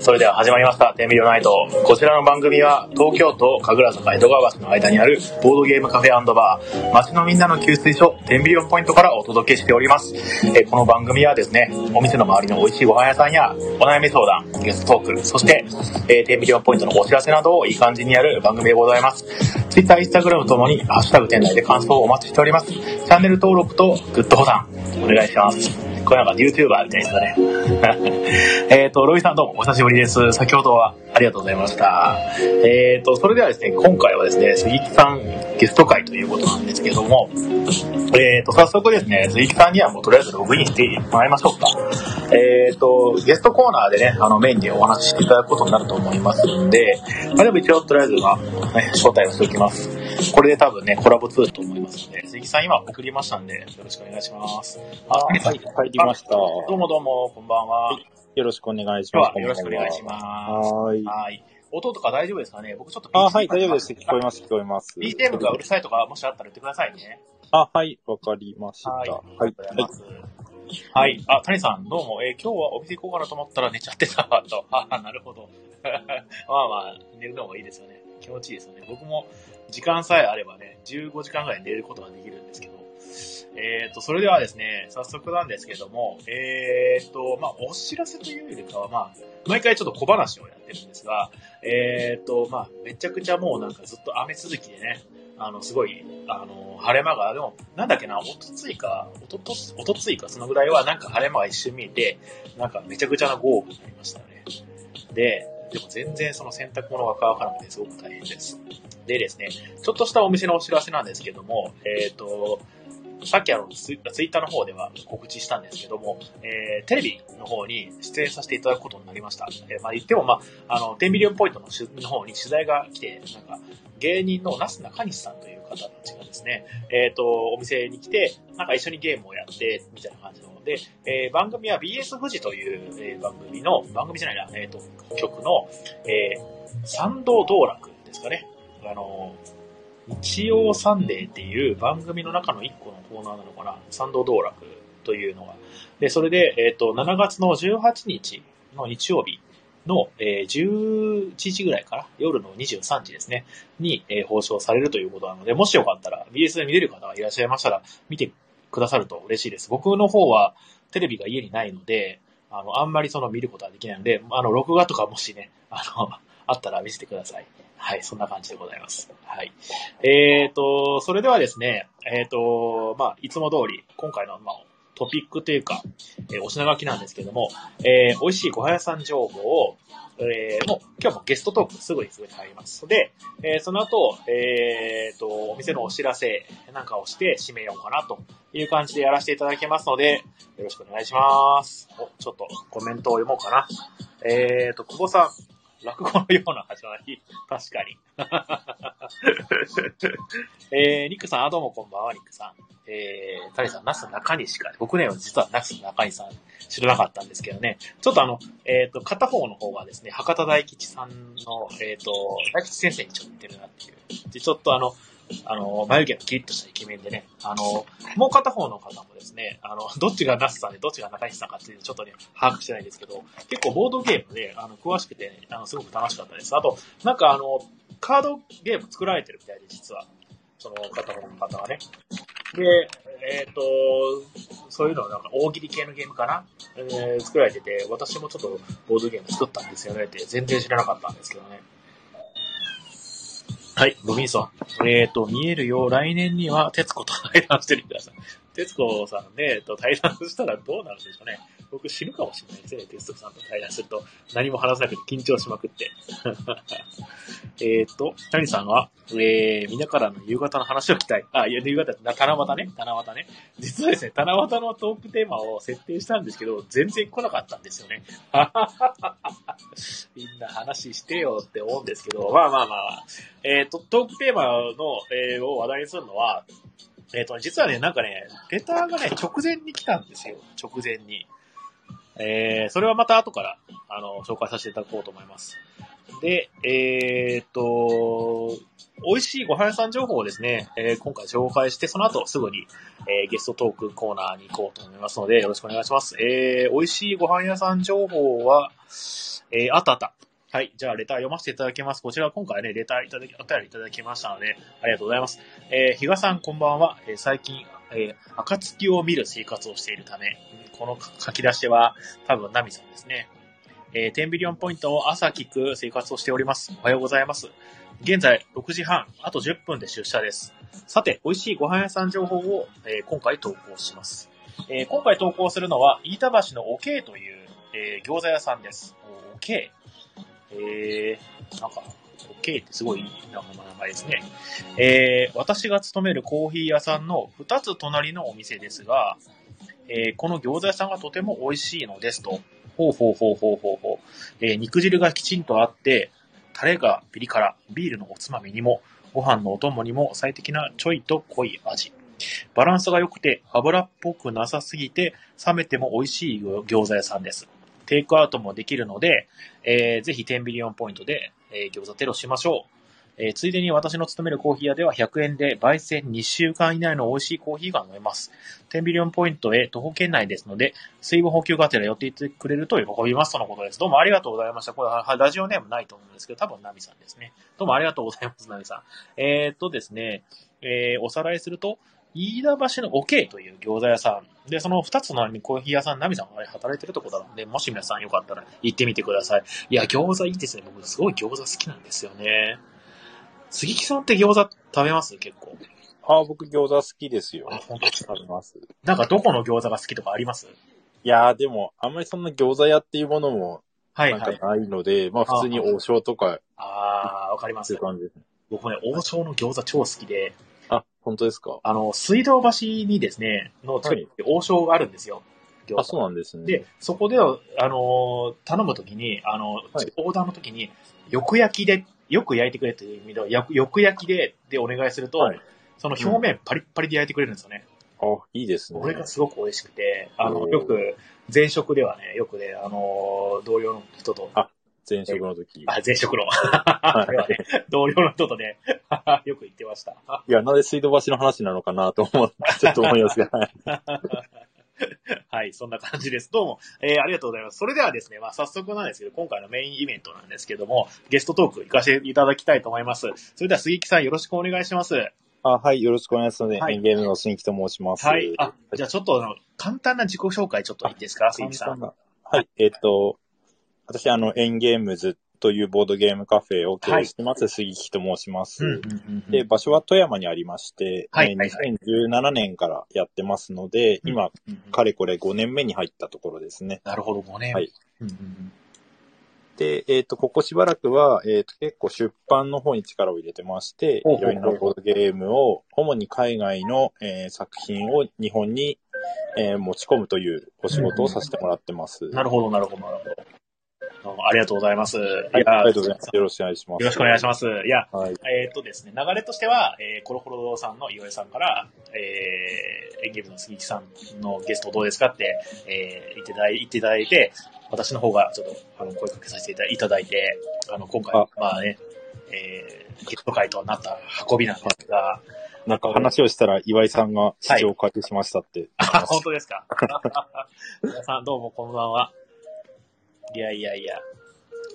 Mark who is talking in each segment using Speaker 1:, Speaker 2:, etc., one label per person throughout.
Speaker 1: それでは始まりました、テンビリオナイト。こちらの番組は、東京都神楽坂江戸川橋の間にあるボードゲームカフェバー、街のみんなの給水所、テンビリオンポイントからお届けしております。えーこの番組はですね、お店の周りの美味しいご飯屋さんや、お悩み相談、ゲストトーク、そして、えーテンビリオンポイントのお知らせなどをいい感じにやる番組でございます。Twitter、Instagram ともに、ハッシュタグ店内で感想をお待ちしております。チャンネル登録とグッドボタン、お願いします。これなんか YouTuber みたいですね。 えっと、ロイさんどうもお久しぶりです。先ほどはありがとうございました。えっ、と、それではですね、今回はですね、鈴木さんゲスト会ということなんですけども、えっ、と、早速ですね、鈴木さんにはもうとりあえずログインしてもらいましょうか。えっ、と、ゲストコーナーでね、あの、メインでお話ししていただくことになると思いますんで、まあ、でも一応とりあえずは、ね、招待をしておきます。これで多分ね、コラボ通ると思いますので、鈴木さん今送りましたんで、よろしくお願いします。はい
Speaker 2: はい、入りました。
Speaker 1: どう
Speaker 2: よ
Speaker 1: もどうも、こんばんは。
Speaker 2: ろしくお願いし
Speaker 1: 今
Speaker 2: ま
Speaker 1: 日
Speaker 2: す。
Speaker 1: はよろしくお願いします。
Speaker 2: はーい。
Speaker 1: はい。音とか大丈夫ですかね僕ちょっと BGM
Speaker 2: あ、はい、大丈夫です。聞こえます、聞こえます。
Speaker 1: BGM がうるさいとか、もしあったら言ってくださいね。
Speaker 2: あ、はい、わかりました。はい。
Speaker 1: ありがとうございます。はい。あ、谷さん、どうも。えー今日はお店行こうかなと思ったら寝ちゃってたわ、と。 ああ、なるほど。まあまあ、寝るのがいいですよね。気持ちいいですよね。僕も、時間さえあればね、15時間ぐらい寝ることができるんですけど。えっ、と、それではですね、早速なんですけども、えっ、と、まあ、お知らせというよりかは、まあ、毎回ちょっと小話をやってるんですが、えっ、と、まあ、めちゃくちゃもうなんかずっと雨続きでね、あの、すごい、あの、晴れ間が、でも、なんだっけな、おとついか、おととおとついか、そのぐらいはなんか晴れ間が一瞬見えて、なんかめちゃくちゃな豪雨になりましたよね。で、でも全然その洗濯物が乾かなくてすごく大変です。でですね、ちょっとしたお店のお知らせなんですけども、えっ、と、さっきあのツイ、ツイッターの方では告知したんですけども、えー、テレビの方に出演させていただくことになりました。えーまあ言っても、まあ、あの、10ミリオンポイントのしの方に取材が来て、なんか、芸人のなすなかにしさんという方たちがですね、えっ、と、お店に来て、なんか一緒にゲームをやって、みたいな感じなので、えー番組は BS 富士という、えー番組の、番組じゃないな、えっ、と、曲の、えー、参道道楽ですかね。あのー、日曜サンデーっていう番組の中の一個のコーナーなのかな、参道道楽というのが。で、それで、えっ、と、7月の18日の日曜日の、えー11時ぐらいから、夜の23時ですね。に、えー放送されるということなので、もしよかったら、BS で見れる方がいらっしゃいましたら、見てくださると嬉しいです。僕の方は、テレビが家にないので、あの、あんまりその見ることはできないので、あの、録画とかもしね、あの、 あったら見せてください。はい、そんな感じでございます。はい。えっ、と、それではですね、えっ、と、まあ、いつも通り、今回の、まあ、トピックというか、えーお品書きなんですけども、えー美味しいごはやさん情報を、えーもう、今日もゲストトークすぐにすぐに入ります。で、えーその後、えーと、お店のお知らせなんかをして締めようかなという感じでやらせていただきますので、よろしくお願いします。お、ちょっとコメントを読もうかな。えーと、久保さん。落語のような始まり。確かに。 えー、ニックさん、あ、どうもこんばんは、ニックさん。えー、タリさん、ナス中西か。僕ね、実はナス中西さん知らなかったんですけどね。ちょっとあの、えっ、と、片方の方がですね、博多大吉さんの、えっ、と、大吉先生にちょっと似てるなっていう。で、ちょっとあの、あの、眉毛のキリッとしたイケメンでね、あの、もう片方の方もですね、あの、どっちがナスさんでどっちが中西さんかっていうのちょっとね、把握してないんですけど、結構ボードゲームで、あの、詳しくて、ね、あの、すごく楽しかったです。あと、なんかあの、カードゲーム作られてるみたいで、実は。その片方の方がね。で、えっ、と、そういうのはなんか大喜利系のゲームかな、えー作られてて、私もちょっとボードゲーム作ったんですよねって全然知らなかったんですけどね。はい、ロビンソン。えっ、と、見えるよ、来年には徹子と対談してみてください。徹子さんね、えっと、対談したらどうなるんでしょうね。僕死ぬかもしれないですね、徹子さんと対談すると。何も話せなくて緊張しまくって。 えっと、谷さんは、えー、みんなからの夕方の話を聞きたい。あ、いや、夕方、な七夕ね、七夕ね。実はですね、七夕のトークテーマを設定したんですけど、全然来なかったんですよね。 みんな話してよって思うんですけど、まあまあまあ、えっ、と、トークテーマの、えーを話題にするのは、えっ、と、実はね、なんかね、レターがね、直前に来たんですよ。直前に。えー、それはまた後から、あの、紹介させていただこうと思います。で、えーっと、美味しいご飯屋さん情報をですね、えー今回紹介して、その後すぐに、えーゲストトークコーナーに行こうと思いますので、よろしくお願いします。えー、美味しいご飯屋さん情報は、えーあったあった。はい。じゃあ、レター読ませていただきます。こちら、今回ね、レターいただき、お便りいただきましたので、ありがとうございます。えー、比嘉さん、こんばんは。えー最近、えー、暁を見る生活をしているため、うんこの書き出しは、多分、ナミさんですね。えー、10ビリオンポイントを朝聞く生活をしております。おはようございます。現在6時半、あと10分で出社です。さて、美味しいご飯屋さん情報を、えー今回投稿します。えー今回投稿するのは、飯田橋のおけいという、えー餃子屋さんです。おけいえー、なんか、おけいってすごいいい名前ですね。えー私が勤めるコーヒー屋さんの2つ隣のお店ですが、えーこの餃子屋さんがとても美味しいのですと。ほうほうほうほうほうほう。えー肉汁がきちんとあって、タレがピリ辛、ビールのおつまみにも、ご飯のお供にも最適なちょいと濃い味。バランスが良くて油っぽくなさすぎて冷めても美味しい餃子屋さんです。テイクアウトもできるので、えーぜひ10ビリオンポイントで、えー餃子テロしましょう。えーついでに私の勤めるコーヒー屋では100円で焙煎2週間以内の美味しいコーヒーが飲めます。10ビリオンポイントへ徒歩圏内ですので、水分補給がてら寄っていってくれると喜びますとのことです。どうもありがとうございました。これはラジオネームないと思うんですけど、多分ナミさんですね。どうもありがとうございます、ナミさん。えー、っとですね、えーおさらいすると、飯田橋のおけいという餃子屋さん。で、その二つの隣にコーヒー屋さん、ナミさんが働いてるとこなので、もし皆さんよかったら行ってみてください。いや、餃子いいですね。僕すごい餃子好きなんですよね。杉木さんって餃子食べます結構。
Speaker 2: ああ、僕餃子好きですよ
Speaker 1: あ。本当ですか
Speaker 2: 食べます。
Speaker 1: なんかどこの餃子が好きとかあります
Speaker 2: いやーでも、あんまりそんな餃子屋っていうものも、
Speaker 1: はい
Speaker 2: なん
Speaker 1: は
Speaker 2: か
Speaker 1: い。
Speaker 2: ないので、まあ普通に王将とか、
Speaker 1: あー、わかります
Speaker 2: そういう。感じですね。
Speaker 1: 僕ね、王将の餃子超好きで、
Speaker 2: あ、本当ですか
Speaker 1: あの、水道橋にですね、の近くに王将があるんですよ。餃子
Speaker 2: あ、そうなんですね。
Speaker 1: で、そこで、あの、頼むときに、あの、
Speaker 2: はい
Speaker 1: オーダーのときに、よく焼きで、よく焼いてくれっていう意味で、よよく焼きで、でお願いすると、
Speaker 2: はい
Speaker 1: その表面パリッパリで焼いてくれるんですよね。
Speaker 2: あ、いいですね。
Speaker 1: これがすごく美味しくて、あの、
Speaker 2: おー
Speaker 1: よく、前職ではね、よくね、あの、同僚の人と、
Speaker 2: 前職の時。
Speaker 1: あ、前職の、
Speaker 2: は
Speaker 1: ではね 同僚の人とね、よく言ってました。
Speaker 2: いや、なんで水道橋の話なのかなと思う、ちょっと思いますが。はい
Speaker 1: はい、そんな感じです。どうも、えーありがとうございます。それではですね、まあ、早速なんですけど、今回のメインイベントなんですけども、ゲストトーク行かせていただきたいと思います。それでは、杉木さん、よろしくお願いします。は
Speaker 2: あ、はい、よろしくお願いします。
Speaker 1: はい
Speaker 2: エンゲームの新規と申します。
Speaker 1: い。あ、じゃあ、ちょっと、あの、簡単な自己紹介、ちょっといいですか、杉木さ
Speaker 2: 簡単
Speaker 1: ん。
Speaker 2: なはい、えっ、と、私、あの、エンゲームズというボードゲームカフェを経営してます、杉木と申します。
Speaker 1: ん
Speaker 2: で、場所は富山にありまして、
Speaker 1: はい
Speaker 2: えー
Speaker 1: はいは
Speaker 2: 2017年からやってますので、
Speaker 1: うんう
Speaker 2: 今、
Speaker 1: んうん
Speaker 2: かれこれ5年目に入ったところですね。
Speaker 1: なるほど、5年。
Speaker 2: はい
Speaker 1: うんうんうん。
Speaker 2: で、えっ、と、ここしばらくは、えっ、と、結構出版の方に力を入れてまして、い
Speaker 1: ほうほうほう
Speaker 2: ろいろなボードゲームを、主に海外の、えー作品を日本に、えー持ち込むというお仕事をさせてもらってます。
Speaker 1: なるほど、なるほど、なるほどどうも。ありがとうございます。
Speaker 2: はい、ありがとうございますす。。よろしくお願いします。
Speaker 1: よろしくお願い
Speaker 2: し
Speaker 1: します。いや、
Speaker 2: ます。はい。
Speaker 1: えーっとですね、流れとしては、えーコロコロさんの岩井さんから、えー、演芸部の杉木さんのゲストどうですかって、えー言っていただい言っていただいて、私の方がちょっと、あの、声かけさせていたいただいて、あの、今回、
Speaker 2: あ
Speaker 1: まあね、えー、ゲスト会となった運びなんですが、
Speaker 2: なんか話をしたら岩井さんが市場を開拓しましたって。
Speaker 1: あ、本当ですか。皆さんどうもこんばんは。いやいやいや。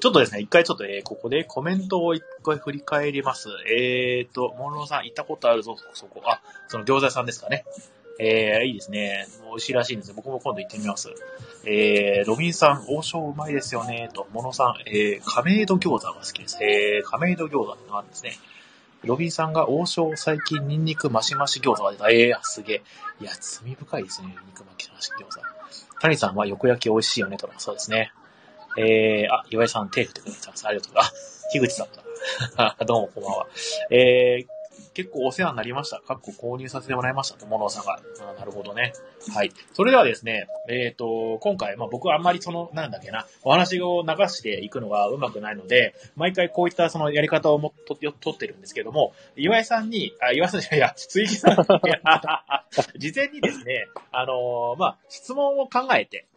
Speaker 1: ちょっとですね、一回ちょっと、えーここでコメントを一回振り返ります。えーと、モンローさん行ったことあるぞ、そこ。あ、その餃子屋さんですかね。えー、いいですね。美味しいらしいんですよ。僕も今度行ってみます。えー、ロビンさん、王将うまいですよね。と、モノさん、えー、亀戸餃子が好きです。えー、亀戸餃子ってのがあるんですね。ロビンさんが王将最近ニンニクマシマシ餃子が出た。えー、すげえ。いや、罪深いですね、肉巻きのし餃子。谷さんは横焼き美味しいよね、とのそうですね。えー、あ、岩井さん手振ってくれてます。ありがとうございます。あ、樋口さんだ。 どうも、こんばんは。えー、結構お世話になりました。かっこ購入させてもらいましたと、モノさんが。あーなるほどね。はい。それではですね、えっ、と、今回、まあ僕はあんまりその、なんだっけな、お話を流していくのがうまくないので、毎回こういったそのやり方をもっと、と取ってるんですけども、岩井さんに、あ、岩井さんじゃないいや、鈴木さんに、いや事前にですね、あのーまあ、質問を考えて、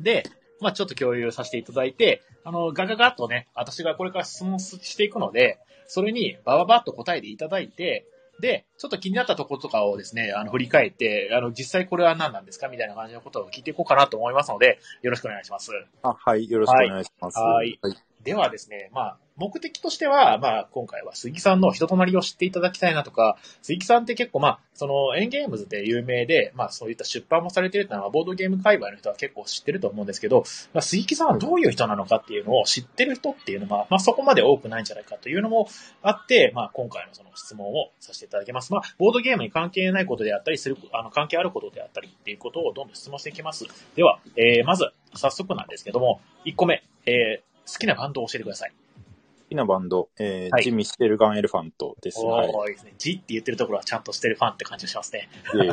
Speaker 1: で、まあ、ちょっと共有させていただいて、あの、ガガガッとね、私がこれから質問していくので、それにバババッと答えていただいて、で、ちょっと気になったところとかをですね、あの、振り返って、あの、実際これは何なんですかみたいな感じのことを聞いていこうかなと思いますので、よろしくお願いします。
Speaker 2: あ、はい、よろしくお願いします。
Speaker 1: はい。ではですね、まあ、目的としては、まあ、今回は鈴木さんの人となりを知っていただきたいなとか、鈴木さんって結構、まあ、その、エンゲームズで有名で、まあ、そういった出版もされてるってのは、ボードゲーム界隈の人は結構知ってると思うんですけど、まあ、鈴木さんはどういう人なのかっていうのを知ってる人っていうのは、まあ、そこまで多くないんじゃないかというのもあって、まあ、今回のその質問をさせていただきます。まあ、ボードゲームに関係ないことであったりする、あの、関係あることであったりっていうことをどんどん質問していきます。では、えー、まず、早速なんですけども、1個目、えー、好きなバンドを教えてください。
Speaker 2: 好きなバンド、えー
Speaker 1: はい
Speaker 2: ジミ・シテルガン・エレファントです。はい。
Speaker 1: おーいいですね。ジって言ってるところはちゃんとしてるファンって感じがしますね。
Speaker 2: いえいえ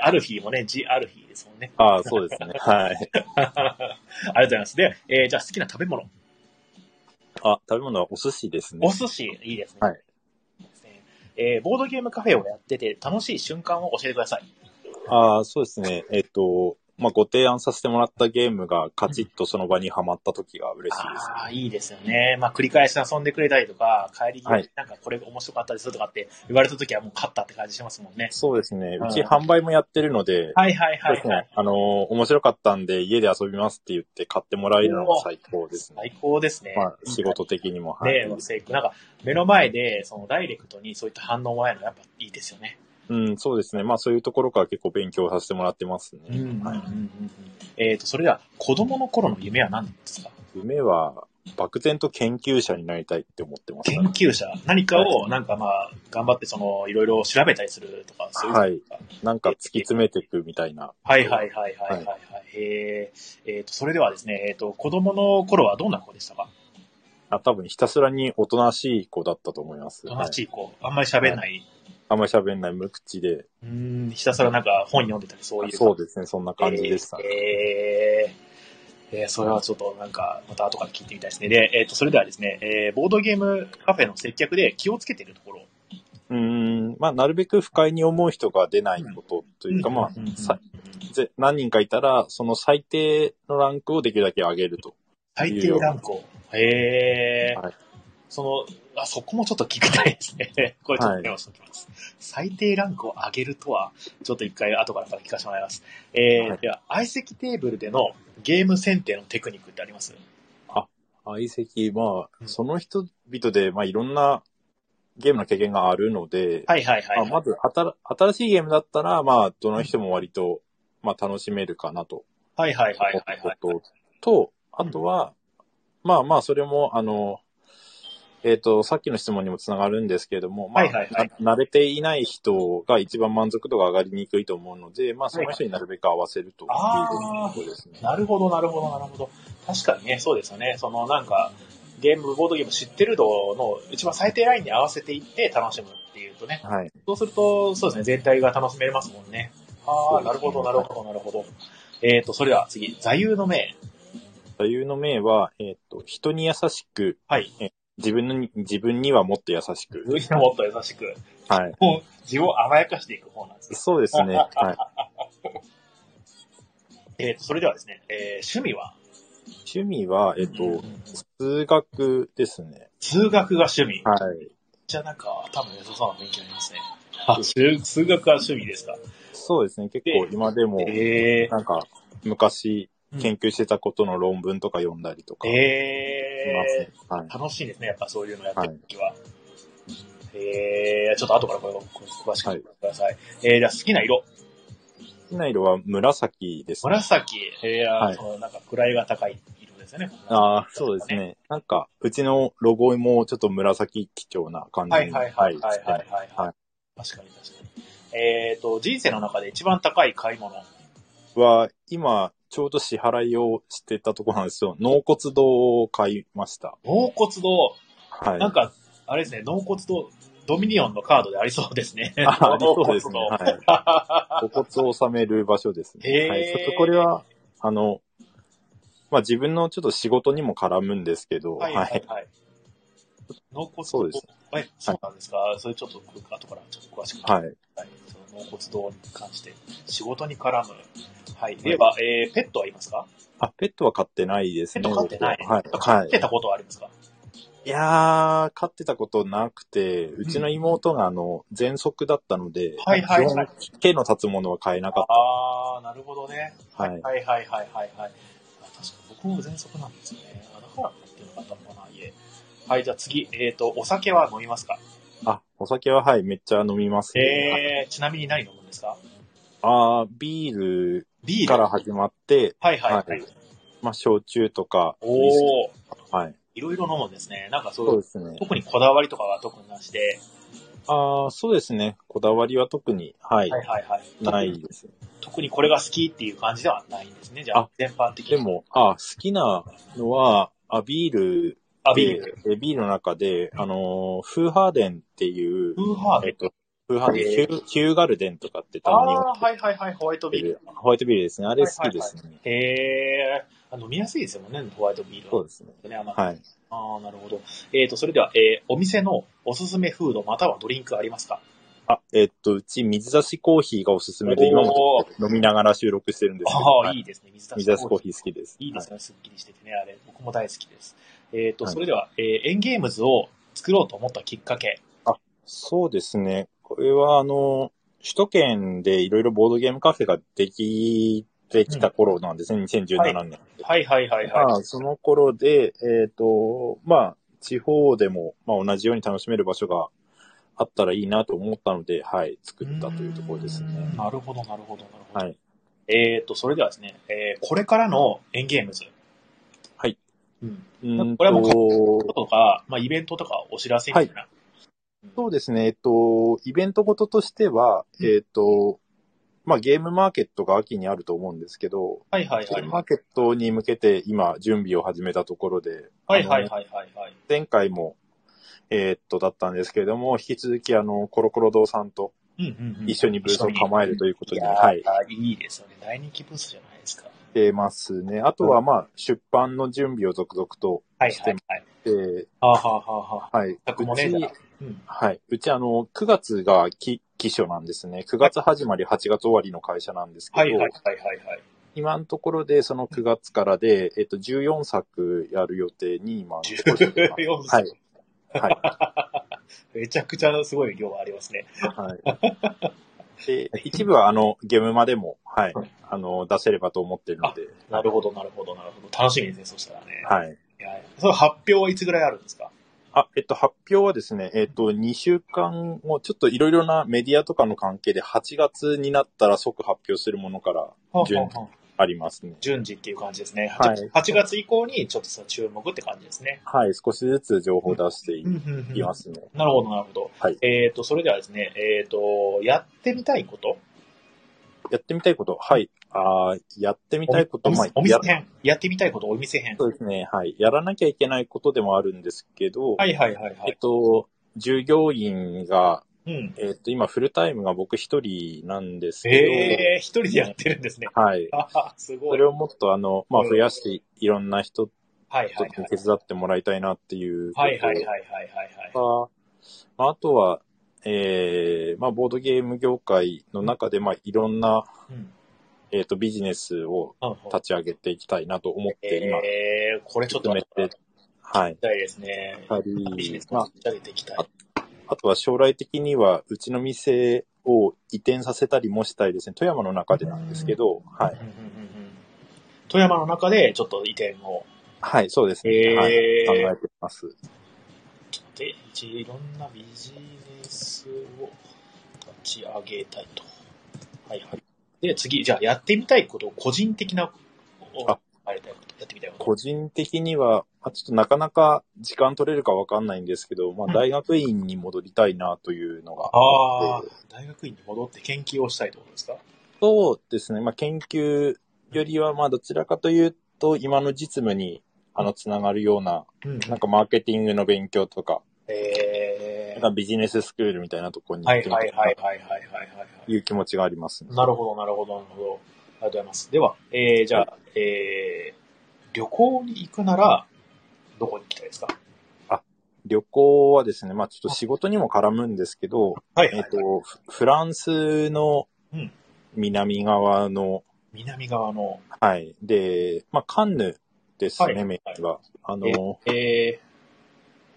Speaker 1: アルフィーもね、ジアルフィーですもん ね。
Speaker 2: ああ、そうですね。は
Speaker 1: あ
Speaker 2: い。
Speaker 1: りがとうございます。で、えーじゃあ好きな食べ物。
Speaker 2: あ、食べ物はお寿司ですね。
Speaker 1: お寿司、いいですね。
Speaker 2: はい
Speaker 1: いいですね。えーボードゲームカフェをやってて楽しい瞬間を教えてください。
Speaker 2: ああ、そうですね。えっ、と、まあ、ご提案させてもらったゲームがカチッとその場にはまった時が嬉しいです。
Speaker 1: ああ、いいですよね。まあ、繰り返し遊んでくれたりとか、帰り
Speaker 2: は
Speaker 1: 際に
Speaker 2: い
Speaker 1: なんかこれ面白かったですとかって言われた時はもう勝ったって感じしますもんね。
Speaker 2: そうですね。
Speaker 1: うん
Speaker 2: うち販売もやってるので、
Speaker 1: はいはい
Speaker 2: そう
Speaker 1: は
Speaker 2: で
Speaker 1: い、
Speaker 2: す
Speaker 1: はい
Speaker 2: ね。。あのー面白かったんで家で遊びますって言って買ってもらえるのが最高ですね。
Speaker 1: 最高ですね。
Speaker 2: まあ、仕事的にも。はい。
Speaker 1: で、成功。なんか、目の前で、その、ダイレクトにそういった反応もあるのやっぱいいですよね。
Speaker 2: うん、そうですね。まあ、そういうところから結構勉強させてもらってますね。
Speaker 1: うんうん。えっ、と、それでは、子供の頃の夢は何ですか
Speaker 2: 夢は、漠然と研究者になりたいって思ってます、
Speaker 1: 研究者。何かを、なんかまあ、頑張って、その、いろいろ調べたりするとか、そういう。。
Speaker 2: はいい。なんか突き詰めていくみたいな。
Speaker 1: はいはいはいはいはい、はいえーえーと、それではですね、えっ、と、子供の頃はどんな子でしたか
Speaker 2: あ、多分ひたすらにおとなしい子だったと思います。
Speaker 1: 友達
Speaker 2: はい
Speaker 1: い子。あんまり喋んない。
Speaker 2: あんまり喋んない無口で。
Speaker 1: うーん、ひたすらなんか本読んでたり、そういう。
Speaker 2: そうですね、そんな感じでしたね。
Speaker 1: えーえーそれはちょっとなんか、また後から聞いてみたいですね。で、えっ、と、それではですね、えーボードゲームカフェの接客で気をつけているところ。
Speaker 2: うーん、まあ、なるべく不快に思う人が出ないことというか、まあ
Speaker 1: うんうん、
Speaker 2: さぜ何人かいたら、その最低のランクをできるだけ上げると。
Speaker 1: 最低ランクを。へえー
Speaker 2: はい
Speaker 1: その、あ、そこもちょっと聞きたいですね。 これちょっとメモしておきます。最低ランクを上げるとは、ちょっと一回後からから聞かせてもらいます。えー
Speaker 2: はい
Speaker 1: では、相席テーブルでのゲーム選定のテクニックってあります
Speaker 2: 相席、ま
Speaker 1: う
Speaker 2: あ、
Speaker 1: ん
Speaker 2: その人々で、まあ、いろんなゲームの経験があるので、
Speaker 1: はいはいはい、
Speaker 2: まあ、まず新、新しいゲームだったら、まあ、どの人も割と、まあ、楽しめるかなと。
Speaker 1: はいはいはいはいはい。
Speaker 2: ことと、あとは、まあまあ、それも、あの、えっ、と、さっきの質問にもつながるんですけれども、まあ、
Speaker 1: はいはいはい
Speaker 2: な慣れていない人が一番満足度が上がりにくいと思うので、まあ、その人になるべく合わせるという
Speaker 1: あー
Speaker 2: ことですね。
Speaker 1: なるほど、なるほど、なるほど。確かにね、そうですよね。そのなんか、ゲーム、ボードゲーム知ってる度の一番最低ラインに合わせていって楽しむっていうとね。
Speaker 2: はい。
Speaker 1: そうすると、そうですね、全体が楽しめますもんね。ああ、なるほど、なるほど、なるほど。えっ、ー、と、それでは次、座右の銘。
Speaker 2: 座右の銘は、えっ、と、人に優しく、
Speaker 1: はい。
Speaker 2: 自分に、自分にはもっと優しく。
Speaker 1: 上にもっと優しく、
Speaker 2: はい。
Speaker 1: もう自分を甘やかしていく方なんですね。
Speaker 2: そうですね。はい。
Speaker 1: えっ、ー、と、それではですね、えー、趣味は
Speaker 2: 趣味は、えっ、と、数学ですね。
Speaker 1: 数学が趣味。
Speaker 2: はい。
Speaker 1: じゃあなんか、多分良さそうな勉強になりますね。あ、数数学が趣味ですか。
Speaker 2: そうですね。結構今でも、
Speaker 1: えー
Speaker 2: なんか、昔、研究してたことの論文とか読んだりとかします
Speaker 1: え
Speaker 2: ね。はい
Speaker 1: ー、。楽しいですね、やっぱそういうのやって
Speaker 2: はい
Speaker 1: るときは。えー、ちょっと後からこれを詳しく聞いてください。えー、じゃあ好きな色。
Speaker 2: 好きな色は紫ですね。
Speaker 1: 紫。えー、
Speaker 2: はい
Speaker 1: そのなんか位が高い色ですよね。
Speaker 2: ああ、そうですね。なんか、うちのロゴもちょっと紫基調な感じ
Speaker 1: はい
Speaker 2: に
Speaker 1: はいはいはい
Speaker 2: して
Speaker 1: はい、はい
Speaker 2: はい
Speaker 1: 確かに確かに。えー、と、人生の中で一番高い買い物。
Speaker 2: は、今、ちょうど支払いをしてたところなんですよ。納骨堂を買いました。
Speaker 1: 納骨堂。
Speaker 2: はい。
Speaker 1: なんか、あれですね、納骨堂、ドミニオンのカードでありそうですね。
Speaker 2: あありそうですね。
Speaker 1: 納
Speaker 2: はい。お骨を納める場所です
Speaker 1: へ
Speaker 2: ね。
Speaker 1: ー
Speaker 2: はい。ちょっとこれは、あの、まあ、自分のちょっと仕事にも絡むんですけど、
Speaker 1: はいはいはい。納骨堂
Speaker 2: そうです
Speaker 1: はい、そうなんですか。それちょっと、後からちょっと詳しく。。
Speaker 2: はいい。
Speaker 1: その納骨堂に関して、仕事に絡む。はい。では、えー、ペットはいますか
Speaker 2: あ、ペットは飼ってないですね。
Speaker 1: ペット飼ってない
Speaker 2: 僕ははい。は
Speaker 1: 出たことはありますか
Speaker 2: い。いやー、飼ってたことなくて、うちの妹があの、喘息だったので、
Speaker 1: はいはいはい
Speaker 2: 基本、毛の立つものは飼えなかっ
Speaker 1: あー、なるほどね。
Speaker 2: た。はい。
Speaker 1: はいはいはいはいはい。あ確かに僕も喘息なんですね。あだからっていうのがあったのかな、家。はい、じゃあ次。えっ、と、お酒は飲みますか
Speaker 2: あ、お酒ははい、めっちゃ飲みます、ね。
Speaker 1: えー、ちなみに何飲むんですか
Speaker 2: あー、ビール
Speaker 1: ビール。
Speaker 2: から始まって、
Speaker 1: はいはいはい。
Speaker 2: はいまあ、焼酎とか、ウイ
Speaker 1: おー、
Speaker 2: スキーはい。
Speaker 1: いろいろ飲むんですね。なんかそう
Speaker 2: そうですね。
Speaker 1: 特にこだわりとかは特になしで。
Speaker 2: ああ、そうですね。こだわりは特に、はい、
Speaker 1: はいはいはい。
Speaker 2: ないですね。
Speaker 1: 特にこれが好きっていう感じではないんですね。じゃあ
Speaker 2: あ、
Speaker 1: 全般的に。
Speaker 2: で、も、あ好きなのは、あビール
Speaker 1: あ、ビ
Speaker 2: で、
Speaker 1: ール。
Speaker 2: えビールの中で、あのーフーハーデンっていう、
Speaker 1: ウーハー
Speaker 2: え
Speaker 1: ベ
Speaker 2: っと、フーハーデン、ヒ
Speaker 1: えー
Speaker 2: ューヒューガルデンとかってた
Speaker 1: あ
Speaker 2: まに売
Speaker 1: あー、はいはいはい、ホワイト
Speaker 2: って
Speaker 1: ビール
Speaker 2: る。、ホワイトビールですね。あれ好きですね。
Speaker 1: へえー、あ飲みやすいですよね、ホワイトビールは。
Speaker 2: そうですね。
Speaker 1: ね、あの
Speaker 2: はい。
Speaker 1: ああ、なるほど。えっ、と、それでは、えーお店のおすすめフードまたはドリンクありますか
Speaker 2: あ、えっと、うち水出しコーヒーがおすすめで、今も
Speaker 1: おー
Speaker 2: 飲みながら収録してるんですけど、
Speaker 1: あ
Speaker 2: は
Speaker 1: あ、
Speaker 2: い
Speaker 1: いいですね。水
Speaker 2: 水出しコー
Speaker 1: ー。
Speaker 2: ヒー好きです。
Speaker 1: いいです
Speaker 2: ね。
Speaker 1: ね、すっきりしててね、あれ。僕も大好きです。えっ、と、
Speaker 2: はい
Speaker 1: それでは、えーエンゲームズを作ろうと思ったきっかけ。
Speaker 2: そうですね。これは、あの、首都圏でいろいろボードゲームカフェができてきた頃なんですね、2017年。
Speaker 1: はいはいはいはい。
Speaker 2: まあ、その頃で、えっ、と、まあ、地方でも、まあ、同じように楽しめる場所があったらいいなと思ったので、はい、作ったというところですね。
Speaker 1: なるほど、なるほど、なるほど。
Speaker 2: はい。
Speaker 1: えっ、と、それではですね、えーこれからのエンゲームズ。
Speaker 2: はい。
Speaker 1: うん。
Speaker 2: うーん
Speaker 1: これも
Speaker 2: と、
Speaker 1: とか、まあ、イベントとかお知らせみたいな。
Speaker 2: そうですね、えっと、イベントごととしては、えっと、まあ、ゲームマーケットが秋にあると思うんですけど、
Speaker 1: はいはい
Speaker 2: ゲ
Speaker 1: は
Speaker 2: ー
Speaker 1: い。
Speaker 2: ム
Speaker 1: は
Speaker 2: マーケットに向けて今、準備を始めたところで、
Speaker 1: いはい
Speaker 2: あの
Speaker 1: はいはいはい。
Speaker 2: 前回も、えーっと、だったんですけれども、引き続き、あの、コロコロ堂さんと
Speaker 1: うんうんうん
Speaker 2: 一緒にブースを構えるということ
Speaker 1: い
Speaker 2: で、
Speaker 1: やー
Speaker 2: はい、
Speaker 1: いいですよね。大人気ブースじゃないですか。
Speaker 2: してますね。あとは、まあ、出版の準備を続々と
Speaker 1: はい
Speaker 2: してま
Speaker 1: はい。
Speaker 2: して、
Speaker 1: はあ、はあはあはあ、
Speaker 2: はい、
Speaker 1: 作も
Speaker 2: う
Speaker 1: ねえ
Speaker 2: ち
Speaker 1: だな、うん。
Speaker 2: はい、うち、あの、9月が期期初なんですね。9月始まり、8月終わりの会社なんですけど、
Speaker 1: はいはいはいはいはい。
Speaker 2: 今のところで、その9月からで、えっと、14作やる予定に今のところしてます、
Speaker 1: 14
Speaker 2: は
Speaker 1: 作
Speaker 2: い。はい。
Speaker 1: めちゃくちゃすごい量ありますね。
Speaker 2: は い。で、一部はあの、ゲームまでも、はい、あの、出せればと思ってるので、
Speaker 1: なるほどなるほどなるほど。楽しみですね、そしたらね。
Speaker 2: はい。
Speaker 1: いやその発表はいつぐらいあるんですか
Speaker 2: あ、えっと、発表はですね、えっと、2週間後、ちょっといろいろなメディアとかの関係で、8月になったら即発表するものから順
Speaker 1: はあはあはあ
Speaker 2: ありますね。
Speaker 1: 順次っていう感じですね。は
Speaker 2: はいい、
Speaker 1: 8月以降にちょっとその注目って感じですね。
Speaker 2: はい、少しずつ情報を出してい
Speaker 1: うん
Speaker 2: きますね。
Speaker 1: なるほど、なるほど。
Speaker 2: はい
Speaker 1: えっ、と、それではですね、えっ、と、やってみたいこと
Speaker 2: やってみたいこと、はい。あーやってみたいこと、
Speaker 1: お
Speaker 2: まあ
Speaker 1: 店お店
Speaker 2: や
Speaker 1: 編。やってみたいこと、お店編。
Speaker 2: そうですね、はい。やらなきゃいけないことでもあるんですけど、
Speaker 1: はいはいはいは
Speaker 2: えっ
Speaker 1: い。
Speaker 2: と、従業員が、
Speaker 1: うん。
Speaker 2: えっと、今、フルタイムが僕一人なんですけど、
Speaker 1: ええー、一人でやってるんですね。
Speaker 2: はい。
Speaker 1: あはすご
Speaker 2: そ
Speaker 1: い。
Speaker 2: れ
Speaker 1: はい
Speaker 2: をもっと、あの、まあ、
Speaker 1: うん
Speaker 2: 増やして、いろんな人
Speaker 1: はい
Speaker 2: と
Speaker 1: はい。
Speaker 2: 手伝ってもらいたいなっていうこと
Speaker 1: はいはいはいはいはいはい。
Speaker 2: とかまあ、あとは、えー、まあ、ボードゲーム業界の中で、まあ、いろんな、
Speaker 1: うん。
Speaker 2: えっ、と、ビジネスを立ち上げていきたいなと思って、今、
Speaker 1: ええー、これちょっと
Speaker 2: 進め
Speaker 1: 待って
Speaker 2: て、はい。
Speaker 1: たいですね。
Speaker 2: やっぱ
Speaker 1: ビジネ
Speaker 2: り
Speaker 1: ス、
Speaker 2: まあ
Speaker 1: を、立ち上げていきたい。
Speaker 2: あとは将来的には、うちの店を移転させたりもしたいですね。富山の中でなんですけど、はい。
Speaker 1: うんうんうんうん富山の中でちょっと移転を。
Speaker 2: はい、そうですね。
Speaker 1: へー
Speaker 2: はい、考えてます。
Speaker 1: で、一いろんなビジネスを立ち上げたいと。はいはい。で、次、じゃあやってみたいこと、個人的な、お
Speaker 2: あ
Speaker 1: やりたいこと、やってみたいこと。
Speaker 2: 個人的には、まあ、ちょっとなかなか時間取れるかわかんないんですけど、まあ、大学院に戻りたいなというのが。
Speaker 1: ああ
Speaker 2: えー、
Speaker 1: 大学院に戻って研究をしたいってことですか
Speaker 2: そうですね。まあ、研究よりは、まあ、どちらかというと、今の実務に、あの、つながるような、
Speaker 1: うん
Speaker 2: なんかマーケティングの勉強とか、
Speaker 1: え
Speaker 2: な
Speaker 1: ー
Speaker 2: んかビジネススクールみたいなところに
Speaker 1: は
Speaker 2: 行
Speaker 1: い
Speaker 2: ってみた
Speaker 1: はい
Speaker 2: い
Speaker 1: はい
Speaker 2: な
Speaker 1: はいはいはい
Speaker 2: という気持ちがありますね。
Speaker 1: なるほど、なるほど、なるほど。ありがとうございます。では、えー、じゃあ、えー、旅行に行くなら、どこに行きたいですか
Speaker 2: 旅行はですね、まあちょっと仕事にも絡むんですけど、
Speaker 1: はい、
Speaker 2: えっ、と、フフランスの
Speaker 1: うん
Speaker 2: 南側の、
Speaker 1: 南側の、
Speaker 2: はい。で、まあカンヌです
Speaker 1: はい
Speaker 2: ね、メインが。あの、
Speaker 1: えー、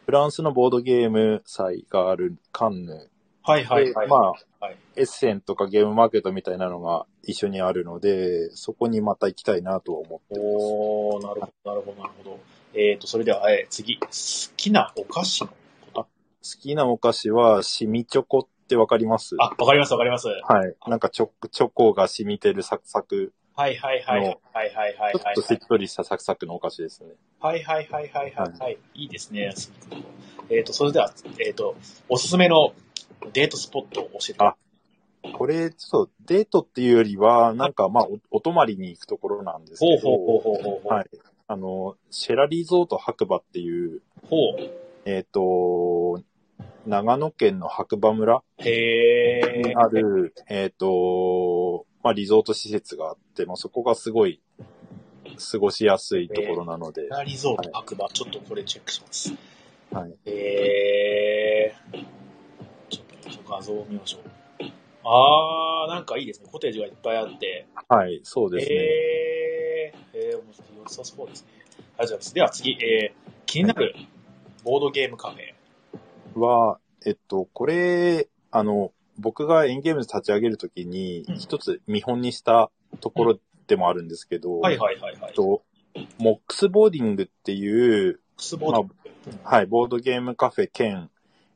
Speaker 2: フランスのボードゲーム祭があるカンヌ。
Speaker 1: はいはい
Speaker 2: で
Speaker 1: はい。
Speaker 2: まあ、
Speaker 1: はい
Speaker 2: エッセンとかゲームマーケットみたいなのが一緒にあるので、そこにまた行きたいなとは思ってます。
Speaker 1: おー、なるほど、なるほど、なるほど。えーと、それでは、えー次、好きなお菓子のこと。
Speaker 2: 好きなお菓子は、シミチョコってわかります
Speaker 1: あ、わかります、わかります。はい
Speaker 2: はい。なんかチョコ、チョコが染みてるサクサク、
Speaker 1: はいはいはいはいはいはいはい
Speaker 2: ちょっとしっとりしたサクサクのお菓子ですね。
Speaker 1: はいはいはいはいはいはい。いいですね、すごくえっと、それでは、えっと、おすすめのデートスポットを教えて。
Speaker 2: あこれ、ちょっとデートっていうよりは、なんかまあお、お泊まりに行くところなんです
Speaker 1: ほ
Speaker 2: け
Speaker 1: う
Speaker 2: ど、
Speaker 1: ほうほうほうほうほう。
Speaker 2: はい。あの、シェラリゾート白馬っていう、
Speaker 1: ほう。
Speaker 2: えっ、と、長野県の白馬村
Speaker 1: へ
Speaker 2: に
Speaker 1: ー。
Speaker 2: ある、えっ、と、まあ、リゾート施設があって、まあ、そこがすごい過ごしやすいところなので、
Speaker 1: リゾート白馬、ちょっとこれチェックします。
Speaker 2: はい。
Speaker 1: えー、ちょっと見ましょう、画像を見ましょう。あー、なんかいいですね。コテージがいっぱいあって。
Speaker 2: はい、そうですね。
Speaker 1: えー、えー、面白良さそうですね。ありがとうございます。では次、えー、気になるボードゲームカフェ。
Speaker 2: は、えっと、これ、あの、僕がエンゲームズ立ち上げるときに
Speaker 1: うん、
Speaker 2: 一つ見本にしたところでもあるんですけど、
Speaker 1: はいはいはいは
Speaker 2: え
Speaker 1: い
Speaker 2: っ。と、モックスボーディングっていう、
Speaker 1: クスボード。
Speaker 2: はい、ボードゲームカフェ兼、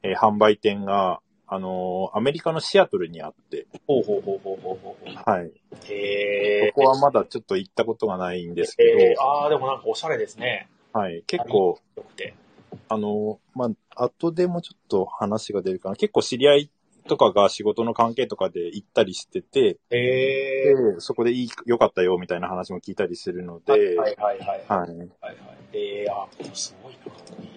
Speaker 2: えー販売店が、あのーアメリカのシアトルにあって、
Speaker 1: ほうほうほうほうほうほうほう。
Speaker 2: はい。
Speaker 1: へー。
Speaker 2: ここはまだちょっと行ったことがないんですけ
Speaker 1: えー、
Speaker 2: ど、
Speaker 1: あー、でもなんかおしゃれですね。
Speaker 2: はい。結構、
Speaker 1: よくて。
Speaker 2: あのーまあ、後でもちょっと話が出るかな。結構知り合いとかが仕事の関係とかで行ったりしてて、
Speaker 1: へー。
Speaker 2: で、そこでいい、良かったよ、みたいな話も聞いたりするので、
Speaker 1: はいはいはいはい。
Speaker 2: はい。
Speaker 1: はいはい。えー、あ、すごいな、かっこいい。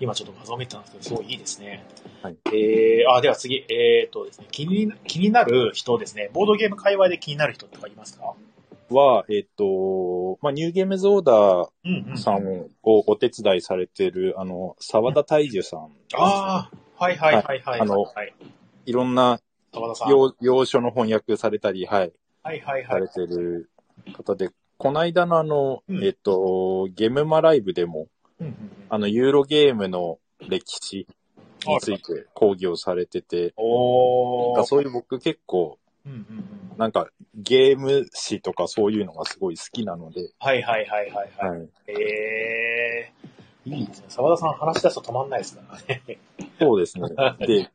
Speaker 1: 今ちょっと画像見てたんですけど、すごいいいですね。
Speaker 2: はい。
Speaker 1: えー、あ、では次、えーっとですね、気に、気になる人ですね、ボードゲーム界隈で気になる人とかいますか
Speaker 2: は、えっ、と、まあ、ニューゲームズオーダ
Speaker 1: うんう
Speaker 2: ー
Speaker 1: ん。
Speaker 2: さんをお手伝いされてる、あの、沢田大樹さん。
Speaker 1: ああ、はいはいはいはい。
Speaker 2: あの
Speaker 1: はい。
Speaker 2: いろんな
Speaker 1: 沢田さん。
Speaker 2: 要、要所の翻訳されたり、はい、
Speaker 1: はいはい
Speaker 2: さ
Speaker 1: はい
Speaker 2: れ。てる方で、こないだのあの、
Speaker 1: うん
Speaker 2: えっ、と、ゲームマライブでも、
Speaker 1: うんうんうん
Speaker 2: あの、ユーロゲームの歴史について講義をされてて、
Speaker 1: おー。
Speaker 2: そういう僕結構、
Speaker 1: うんうんうん。
Speaker 2: なんか、ゲーム誌とかそういうのがすごい好きなので、
Speaker 1: はいはいはいはいはい。
Speaker 2: い。
Speaker 1: えー。いいですね。沢田さん話し出すと止まんないですからね。
Speaker 2: そうです ね。で、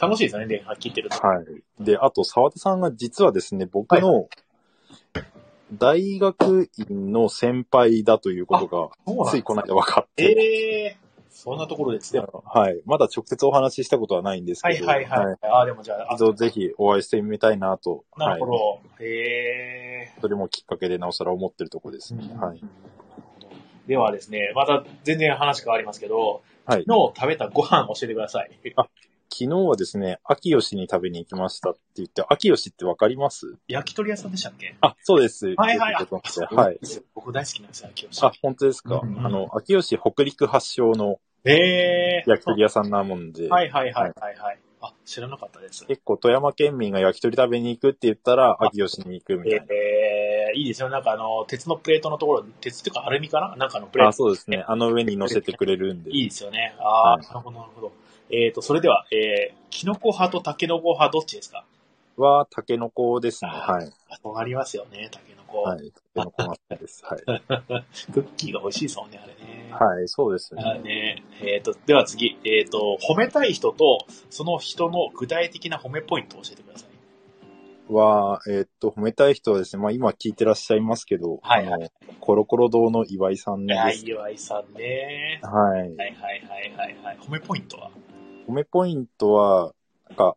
Speaker 1: 楽しいですよね、電話聞いてると。
Speaker 2: はい。で、あと、沢田さんが実はですね、僕の大学院の先輩だということ
Speaker 1: そうなん
Speaker 2: が、
Speaker 1: だ
Speaker 2: ついこの間分かって、
Speaker 1: ええそんなところでつながる
Speaker 2: はい。まだ直接お話ししたことはないんです
Speaker 1: は
Speaker 2: け
Speaker 1: い
Speaker 2: ど、
Speaker 1: はいはい。ああ、でもじゃあ、あ
Speaker 2: 一度ぜひお会いしてみたいなと、
Speaker 1: なるほ
Speaker 2: はい。
Speaker 1: ど。へえ
Speaker 2: それもきっかけでなおさら思ってるとこですね。はい。
Speaker 1: ではですね、また全然話変わりますけど、
Speaker 2: はい。
Speaker 1: 昨日食べたご飯教えてください。
Speaker 2: 昨日はですね、秋吉に食べに行きましたって言って、秋吉ってわかります
Speaker 1: 焼き鳥屋さんでしたっけ
Speaker 2: あ、そうです。
Speaker 1: はいはい
Speaker 2: とうことで
Speaker 1: は
Speaker 2: はいい。。
Speaker 1: 僕大好きなんですよ、秋吉。
Speaker 2: あ、本当ですか。
Speaker 1: うんうん
Speaker 2: あの、秋吉北陸発祥の
Speaker 1: ええ
Speaker 2: 焼き鳥屋さんなもんで、
Speaker 1: はいはいはいはいはい。あ、知らなかったです。
Speaker 2: 結構富山県民が焼き鳥食べに行くって言ったら、秋吉に行くみたいな。
Speaker 1: ええいいですよ。なんかあの、鉄のプレートのところ、鉄っていうかアルミかななんかのプレー
Speaker 2: あ、
Speaker 1: ト。
Speaker 2: そうですね。あの上に乗せてくれるんで。
Speaker 1: いいですよね。ああ、
Speaker 2: はい
Speaker 1: なるほどなるほど。えっ、と、それでは、えー、キノコ派とタケノコ派どっちですか
Speaker 2: は、タケノコですね。
Speaker 1: あ
Speaker 2: はい。
Speaker 1: そうなりますよね、タケノコ。
Speaker 2: はい。タケノコが好きです。はい。
Speaker 1: クッキーが美味しいですもんね、あれね。
Speaker 2: はい、そうです
Speaker 1: あ
Speaker 2: ね。
Speaker 1: ーねえー、とでは次、えっと、褒めたい人と、その人の具体的な褒めポイントを教えてください。
Speaker 2: は、えーっと、褒めたい人はですね、まあ今聞いてらっしゃいますけど、
Speaker 1: はい
Speaker 2: あの、コロコロ堂の岩井さんで
Speaker 1: は
Speaker 2: す
Speaker 1: い、。岩井さんね。
Speaker 2: はい
Speaker 1: は。いはいはいはいはい。褒めポイントは
Speaker 2: 褒めポイントは、なんか、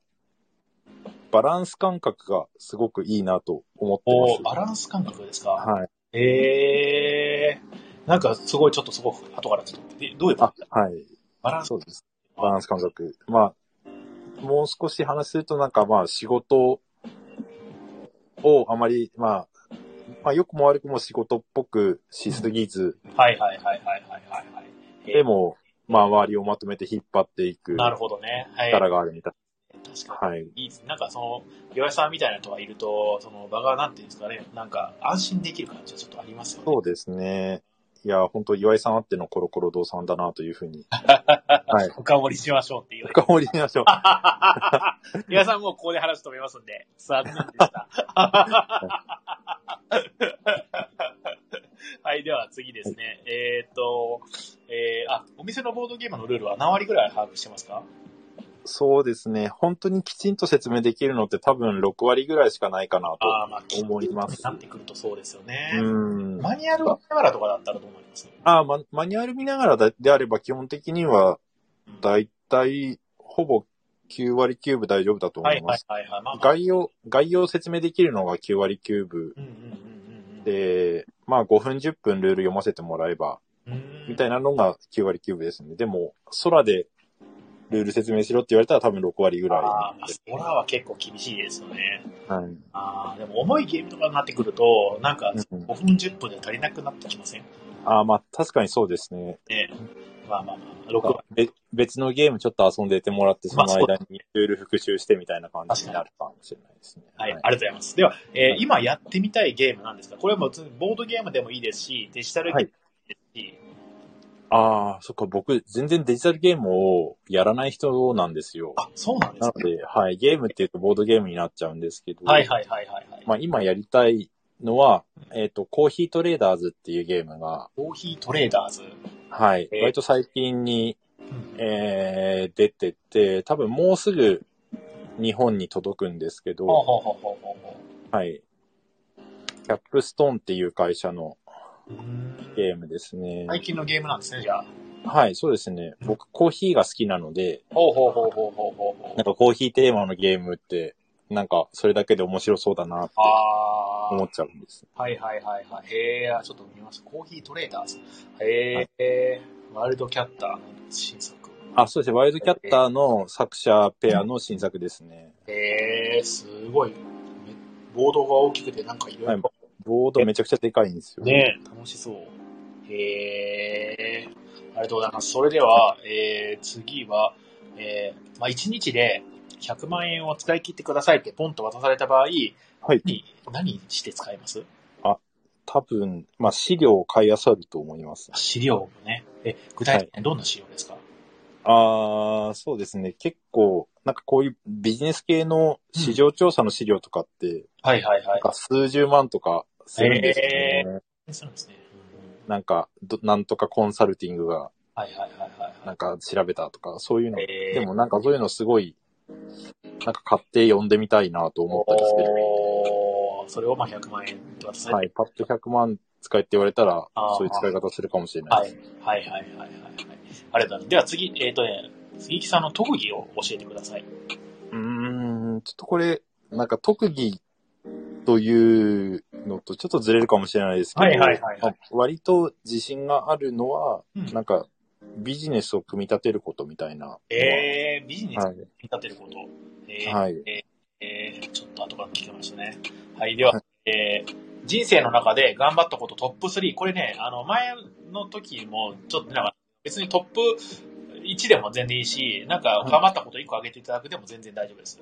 Speaker 2: バランス感覚がすごくいいなと思って
Speaker 1: おー
Speaker 2: ま
Speaker 1: バランス感覚ですか。
Speaker 2: す。はい。
Speaker 1: えー、なんかすごいちょっとそこ、後からちょっと、でどういうこ
Speaker 2: あ
Speaker 1: と、
Speaker 2: はい。
Speaker 1: バランス
Speaker 2: そうです。バランス感覚。まあ、もう少し話すると、なんかまあ、仕事をあまり、まあ、まあ、良くも悪くも仕事っぽくしすぎず、
Speaker 1: はいはいはいはいはいはいはい。
Speaker 2: でも、まあ、周りをまとめて引っ張っていく
Speaker 1: なるほどね。はい。
Speaker 2: 力があるみたい。
Speaker 1: 確か
Speaker 2: はい。
Speaker 1: に。いいですね。なんかその、岩井さんみたいな人がいると、その場がなんていうんですかね、なんか安心できる感じはちょっとありますよね。
Speaker 2: そうですね。いや、本当岩井さんあってのコロコロ堂さんだなというふ うに。はい。
Speaker 1: 深掘りしましょうって いう。
Speaker 2: 深掘りしましょう。
Speaker 1: 岩井さんもうここで話止めますんで、残念でした。はい、では次ですね。えーっと、えー、あ、お店のボードゲームのルールは何割ぐらい把握してますか
Speaker 2: そうですね。本当にきちんと説明できるのって多分6割ぐらいしかないかな
Speaker 1: ああ、まあ、
Speaker 2: と思います。
Speaker 1: なってくるとそうですよね。
Speaker 2: うん。
Speaker 1: マニュアルを見ながらとかだったらどう思います
Speaker 2: ああ、ママニュアル見ながらだであれば基本的にはだいたいほぼ9割9分大丈夫だと思
Speaker 1: はいいは
Speaker 2: ま
Speaker 1: い
Speaker 2: す。
Speaker 1: はいはい。まあまあ、
Speaker 2: 概要、概要説明できるのが9割9分
Speaker 1: うんうんうんうんうん、
Speaker 2: で、まあ5分10分ルール読ませてもらえばみた
Speaker 1: い
Speaker 2: いなのが9割9分ですね。でも、空でルール説明しろって言われたら多分6割ぐらい
Speaker 1: あ
Speaker 2: なん
Speaker 1: あ
Speaker 2: で。、
Speaker 1: ホラーは結構厳しいですよね。
Speaker 2: はい。
Speaker 1: ああ、でも重いゲームとかになってくると、なんか
Speaker 2: うん
Speaker 1: 5分10分で足りなくなってきません
Speaker 2: ああ、まあ確かにそうですね。
Speaker 1: ねまあまあまあ、6割。
Speaker 2: べ別のゲームちょっと遊んでてもらって、そ
Speaker 1: まあ
Speaker 2: の間にルール復習してみたいな感じになるかもしれないですね。
Speaker 1: はい、ありがとうございます。では、えー今やってみたいゲームなんですかこれはもうボードゲームでもいいですし、デジタルゲームでもいいですし、
Speaker 2: ああ、そっか、僕、全然デジタルゲームをやらない人なんですよ。
Speaker 1: あ、そうなんで
Speaker 2: な
Speaker 1: す
Speaker 2: の
Speaker 1: ね。
Speaker 2: で、はい、ゲームっていうとボードゲームになっちゃうんですけど、
Speaker 1: はいはいはいはいはい。
Speaker 2: まあ今やりたいのは、えっ、と、コーヒートレーダーズっていうゲームが、
Speaker 1: コーヒートレーダーズ。
Speaker 2: はい、
Speaker 1: えー
Speaker 2: 割と最近に、えー、出てて、多分もうすぐ日本に届くんですけ
Speaker 1: ほう
Speaker 2: ど、
Speaker 1: ほうほうほうほうほ
Speaker 2: はい。キャップストーンっていう会社の
Speaker 1: ううん。
Speaker 2: ゲームですね。は
Speaker 1: 最
Speaker 2: い、
Speaker 1: 近のゲームなんですね、じゃあ。
Speaker 2: そうですね。僕、コーヒーが好きなので、
Speaker 1: ほうほうほうほうほうほうほ
Speaker 2: なんかコーヒーテーマのゲームって、なんかそれだけで面白そうだなって
Speaker 1: う。ああ。
Speaker 2: 思っちゃうんです。
Speaker 1: はいはいはいはい。へえ、ちょっと見ました。コーヒートレーダーズ。へえ、ワールドキャッターの新作。
Speaker 2: あ、そうですね。ワイルドキャッターの作者ペアの新作ですね。
Speaker 1: へえ、すごい。めボードが大きくてなんかいろいろ。
Speaker 2: ボードめちゃくちゃでかいんですよ。
Speaker 1: ねえ楽しそう。へえ、ありがとうございます。それでは、えー、次は、えー、まあ1日で100万円を使い切ってくださいってポンと渡された場合、
Speaker 2: はい。
Speaker 1: 何、何して使います
Speaker 2: 多分、まあ、資料を買い漁ると思います。
Speaker 1: 資料もね。え、具体的にどんな資料ですか、
Speaker 2: あー、そうですね。結構、なんかこういうビジネス系の市場調査の資料とかって、
Speaker 1: はい、はいはいは
Speaker 2: ないんか数十万とかするんですよね。
Speaker 1: そうなんですね。うんうん
Speaker 2: なんかど、なんとかコンサルティングが、
Speaker 1: はいはいはいはい
Speaker 2: な
Speaker 1: は
Speaker 2: んか調べたとか、そういうの。
Speaker 1: い。
Speaker 2: でもなんかそういうのすごい、なんか買って読んでみたいなと思ったりして、
Speaker 1: おーそれをまあ100万円って渡されて、
Speaker 2: はい、パッと100万使えって言われたら
Speaker 1: あー、
Speaker 2: そういう使い方するかもしれない
Speaker 1: は
Speaker 2: で
Speaker 1: い
Speaker 2: す。、
Speaker 1: はいはいはいはいはい。ありがとうございます。では次、えっ、とね、杉木さんの特技を教えてください。
Speaker 2: うーん、ちょっとこれ、なんか特技というのとちょっとずれるかもしれないですけど、
Speaker 1: はいはいはいはい
Speaker 2: まあ割と自信があるのは、
Speaker 1: うん
Speaker 2: なんか、ビジネスを組み立てることみたいな。
Speaker 1: えー、ビジネス
Speaker 2: は
Speaker 1: に
Speaker 2: い。
Speaker 1: 見立てること。えー
Speaker 2: はい
Speaker 1: えーちょっと後から聞きましたね。はい、では、えー人生の中で頑張ったことトップ3。これね、あの、前の時もちょっとなんか、別にトップ1でも全然いいし、なんか
Speaker 2: はい
Speaker 1: 頑張ったこと1個挙げていただくでも全然大丈夫です。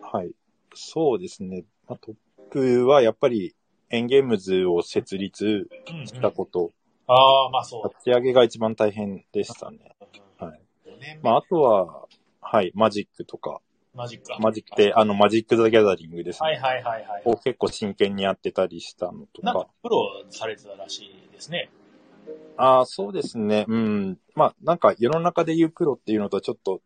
Speaker 2: はい。そうですね。まあ、トップはやっぱり、エンゲームズを設立
Speaker 1: うん、うん
Speaker 2: したこと、
Speaker 1: ああ、まあそう。
Speaker 2: 立ち上げが一番大変でしたね。はい。
Speaker 1: 4年目、
Speaker 2: まあ、あとは、はい、マジックとか、
Speaker 1: マジックか。
Speaker 2: マジックって、あの、マジック・ザ・ギャザリングですね。
Speaker 1: はいはいはいはい。
Speaker 2: を結構真剣にやってたりしたのと
Speaker 1: なん
Speaker 2: か
Speaker 1: か。プロされてたらしいですね。
Speaker 2: ああ、そうですね。うん。まあ、なんか世の中で言うプロっていうのとはちょっと、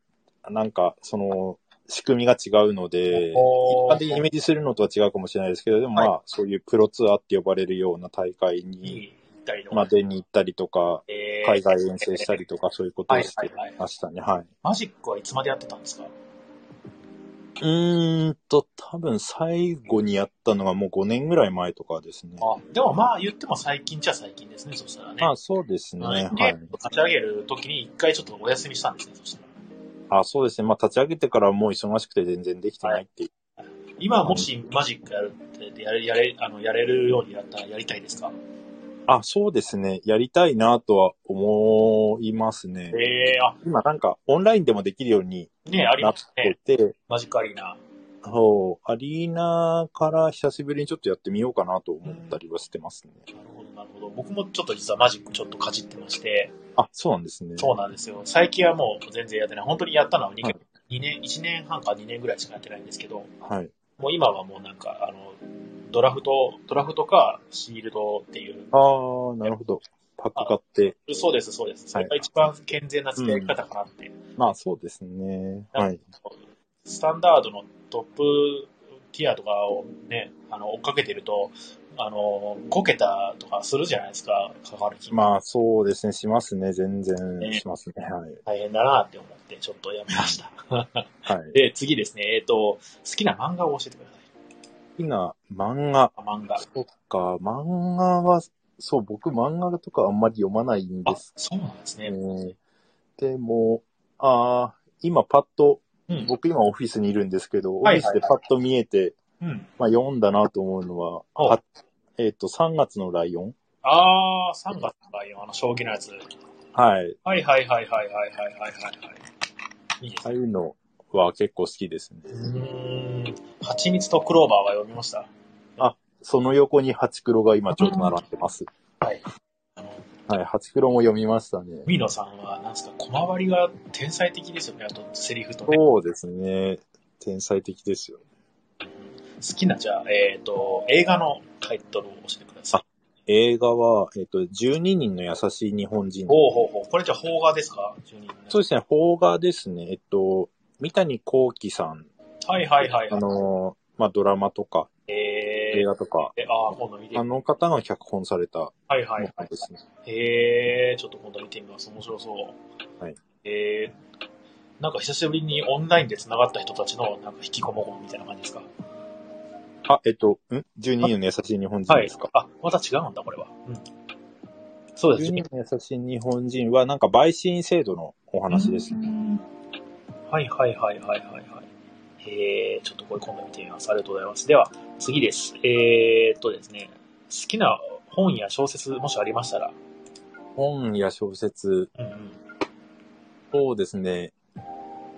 Speaker 2: なんか、その、仕組みが違うので、一
Speaker 1: おー
Speaker 2: 般的にイメージするのとは違うかもしれないですけど、でもまあ、そういうプロツアーって呼ばれるような大会に、
Speaker 1: に行ったりとか。
Speaker 2: までに行ったりとか、
Speaker 1: えー
Speaker 2: 海外遠征したりとか、そういうことをしてましたね。はい。
Speaker 1: マジックはいつまでやってたんですか
Speaker 2: うーんと、多分最後にやったのがもう5年ぐらい前とかですね。
Speaker 1: あでもまあ言っても最近っちゃ最近ですね、そしたらね。
Speaker 2: まあ、そうですね。
Speaker 1: あの
Speaker 2: はい
Speaker 1: ね。ゲームを立ち上げるときに一回ちょっとお休みしたんですね、そしたら。
Speaker 2: あ、そうですね。まあ、立ち上げてからもう忙しくて全然できてないっていう。
Speaker 1: 今もしマジックやるってやれ、やれ、あの、やれるようにやったらやりたいですか
Speaker 2: あ、そうですね。やりたいなとは思いますね。
Speaker 1: ええあ、
Speaker 2: 今なんかオンラインでもできるように
Speaker 1: ねあり
Speaker 2: なっ
Speaker 1: ますね。
Speaker 2: てて、
Speaker 1: マジックアリーナ。
Speaker 2: そう、アリーナから久しぶりにちょっとやってみようかなと思ったりはしてますね。
Speaker 1: なるほど、なるほど。僕もちょっと実はマジックちょっとかじってまして、
Speaker 2: あ、そうなんですね。
Speaker 1: そうなんですよ。最近はもう全然やってない。本当にやったのは2、
Speaker 2: はい
Speaker 1: 二年、1年半か2年ぐらいしかやってないんですけど、
Speaker 2: はい。
Speaker 1: もう今はもうなんか、あの、ドラフト、ドラフトかシールドっていう、
Speaker 2: あー、なるほど。パック買って。
Speaker 1: そうです、そうです。それが一番健全な使い方かなって。
Speaker 2: まあそうですね。
Speaker 1: な
Speaker 2: は
Speaker 1: ん
Speaker 2: い
Speaker 1: か。スタンダードのトップティアとかをね、あの、追っかけてると、あの、5桁とかするじゃないですか、かかる金額
Speaker 2: まあそうですね。しますね。全然
Speaker 1: ね
Speaker 2: しますね。はい。
Speaker 1: 大変だなって思って、ちょっとやめました。
Speaker 2: はい。
Speaker 1: で、次ですね、えっ、と、好きな漫画を教えてください。
Speaker 2: 好きな漫画。
Speaker 1: 漫画。
Speaker 2: そっか、漫画は、そう、僕漫画とかあんまり読まないんで
Speaker 1: あ
Speaker 2: す、
Speaker 1: そうなんですね。
Speaker 2: ね。でも、あー今パッと、
Speaker 1: うん。
Speaker 2: 僕今オフィスにいるんですけど、オフ
Speaker 1: はいはい
Speaker 2: ィスでパッと見えて、
Speaker 1: うん。
Speaker 2: まあ、読んだなと思うのは、
Speaker 1: お
Speaker 2: はえっ、と、3月のライオン
Speaker 1: あー、3月か、今、あの、将棋のやつ。
Speaker 2: はい。
Speaker 1: はいはいはいはいはいはいはいはい。いいです
Speaker 2: ああ
Speaker 1: ね。
Speaker 2: いうのは結構好きですね。
Speaker 1: うーん。蜂蜜とクローバーは読みました。
Speaker 2: その横にハチクロが今ちょうど並んでます。
Speaker 1: はい。あの、
Speaker 2: はい、ハチクロも読みましたね。
Speaker 1: ミノさんは、なんですか、小回りが天才的ですよね。あと、セリフとね。好
Speaker 2: そうですね。天才的ですよ。
Speaker 1: きな、じゃあ、えっ、と、映画のタイトルを教えてください。
Speaker 2: 映画は、えっ、と、12人の優しい日本人。
Speaker 1: ほうほうほう。これじゃあ、邦画ですか ?12 人。
Speaker 2: そうですね、邦画ですね。えっと、三谷幸喜さん。
Speaker 1: はいはいはい
Speaker 2: あ
Speaker 1: はい。
Speaker 2: のー、まあ、ドラマとか、
Speaker 1: え
Speaker 2: 映
Speaker 1: ー、
Speaker 2: 画とか、
Speaker 1: えああ、今度見てみ
Speaker 2: あ
Speaker 1: よう
Speaker 2: の方が脚本されたも
Speaker 1: はいはいは
Speaker 2: のですね。
Speaker 1: い。えー、ちょっと今度見てみます。面白そう。
Speaker 2: はい。
Speaker 1: えー、なんか久しぶりにオンラインで繋がった人たちの、なんか引きこもごもみたいな感じですか
Speaker 2: あ、えっと、ん ?12 人の優しい日本人ですか、
Speaker 1: あ、また違うんだ、これは。うん。そうです
Speaker 2: 12
Speaker 1: ね。
Speaker 2: 人の優しい日本人は、なんか陪審制度のお話ですね。
Speaker 1: はいはいはいはいはいはい。えー、ちょっとこれ今度見てみます。ありがとうございます。では、次です。えーっとですね、好きな本や小説もしありましたら、
Speaker 2: 本や小説、
Speaker 1: うんうん。
Speaker 2: そうですね。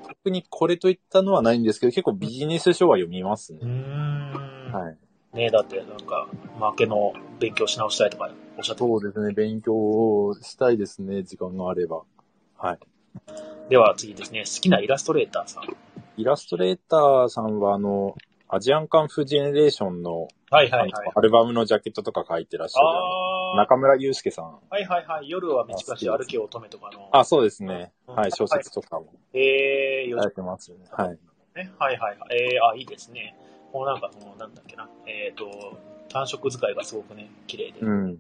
Speaker 2: 特にこれといったのはないんですけど、結構ビジネス書は読みます
Speaker 1: うー
Speaker 2: ね。
Speaker 1: ん。
Speaker 2: はい。
Speaker 1: ねだってなんか、負けの勉強し直したいとかおっしゃって
Speaker 2: そうですね。勉強をしたいですね。時間があれば。はい。
Speaker 1: では次ですね、好きなイラストレーターさん。
Speaker 2: イラストレーターさんは、あの、アジアンカンフージェネレーションの、
Speaker 1: はい
Speaker 2: あのアルバムのジャケットとか書いてらっしゃるあの、
Speaker 1: あー、
Speaker 2: 中村祐介さん。
Speaker 1: はいはいはい。夜は道
Speaker 2: あ好き
Speaker 1: 橋歩け乙女とかの。
Speaker 2: あ、そうですね。
Speaker 1: うん
Speaker 2: はい。小説とかも
Speaker 1: えー、よ
Speaker 2: 書いてますね。はい。
Speaker 1: ね。はいはいはい。えー、あ、いいですね。もうなんかその、なんだっけな。えっ、と、単色使いがすごくね、綺麗で。
Speaker 2: うん。
Speaker 1: うんうんうん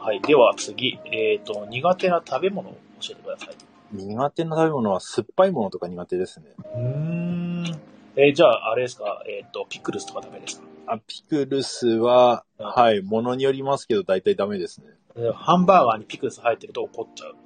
Speaker 1: はい。では次、えっ、と、苦手な食べ物を教えてください。
Speaker 2: 苦手な食べ物は酸っぱいものとか苦手ですね。
Speaker 1: うーん。えーじゃあ、あれですか、えっ、と、ピクルスとかダメですか
Speaker 2: あ、ピクルスは、
Speaker 1: うん
Speaker 2: はい、ものによりますけど、大体ダメですね。
Speaker 1: えーハンバーガーにピクルス入ってると怒っちゃう。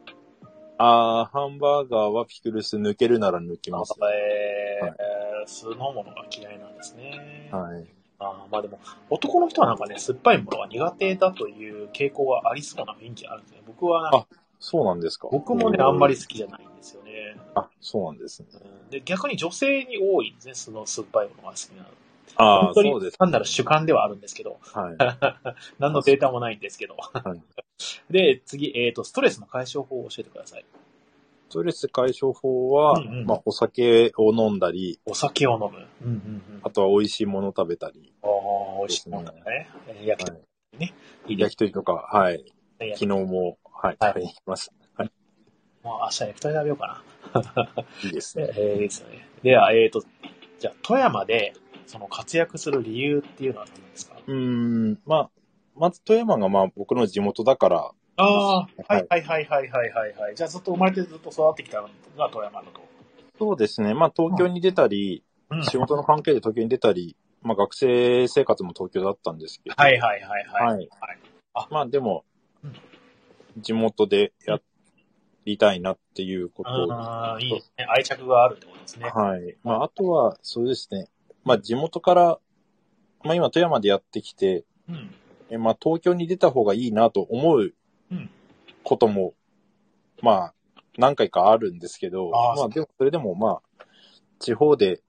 Speaker 2: あーハンバーガーはピクルス抜けるなら抜きます。
Speaker 1: えー
Speaker 2: はい
Speaker 1: えー酢の物が嫌いなんですね。
Speaker 2: はい。
Speaker 1: あーまあでも、男の人はなんかね、酸っぱいものが苦手だという傾向がありそうな雰囲気あるんですね。僕はなんか、
Speaker 2: そうなんですか
Speaker 1: 僕もね、あんまり。好きじゃないんですよね。
Speaker 2: あ、そうなんですね。
Speaker 1: うんで逆に女性に多いんですね、その酸っぱいものが好きなの。
Speaker 2: あ
Speaker 1: 本
Speaker 2: あ、
Speaker 1: 当
Speaker 2: そう
Speaker 1: に
Speaker 2: です。
Speaker 1: 単なる主観ではあるんですけど、
Speaker 2: はい。
Speaker 1: 何のデータもないんですけど。
Speaker 2: は
Speaker 1: で、次、えっ、と、ストレスの解消法を教えてください。
Speaker 2: ストレス解消法は、
Speaker 1: うんうん
Speaker 2: まあ、お酒を飲んだり、
Speaker 1: お酒を飲む。うんうんうん。
Speaker 2: あとは美味しいもの食べたり、
Speaker 1: ああ、美味しいもんだね。えー焼き鳥ね。いいです
Speaker 2: 焼き鳥とか、はい、
Speaker 1: ね
Speaker 2: 昨日も、はい、
Speaker 1: はい
Speaker 2: 食べに行きました。
Speaker 1: もう明日焼き鳥食べようか
Speaker 2: いいです
Speaker 1: な。
Speaker 2: ね。
Speaker 1: えー、いいですよね。では、えっ、と、じゃあ、富山で、その活躍する理由っていうのは何ですか
Speaker 2: うーん、まあ、まず富山が、まあ、僕の地元だから、
Speaker 1: ああ、は
Speaker 2: はいい
Speaker 1: はいはいはいはいはいはい。じゃあ、ずっと生まれてずっと育ってきたのが富山だと。
Speaker 2: そうですね。まあ、東京に出たり、
Speaker 1: うん
Speaker 2: 仕事の関係で東京に出たり、まあ、学生生活も東京だったんですけど、
Speaker 1: はいはいはいはい。
Speaker 2: はいまあ、でも、地元でやりたいなっていうこと
Speaker 1: ああ、いいですね。愛着があるってことですね。
Speaker 2: はい。まあ、あとは、そうですね。まあ、地元から、まあ、今、富山でやってきて、
Speaker 1: うん。
Speaker 2: えまあ、東京に出た方がいいなと思う
Speaker 1: うん
Speaker 2: ことも、まあ、何回かあるんですけど、
Speaker 1: あー
Speaker 2: ま
Speaker 1: そ
Speaker 2: あ、
Speaker 1: う
Speaker 2: でもそれでもまあ、地方で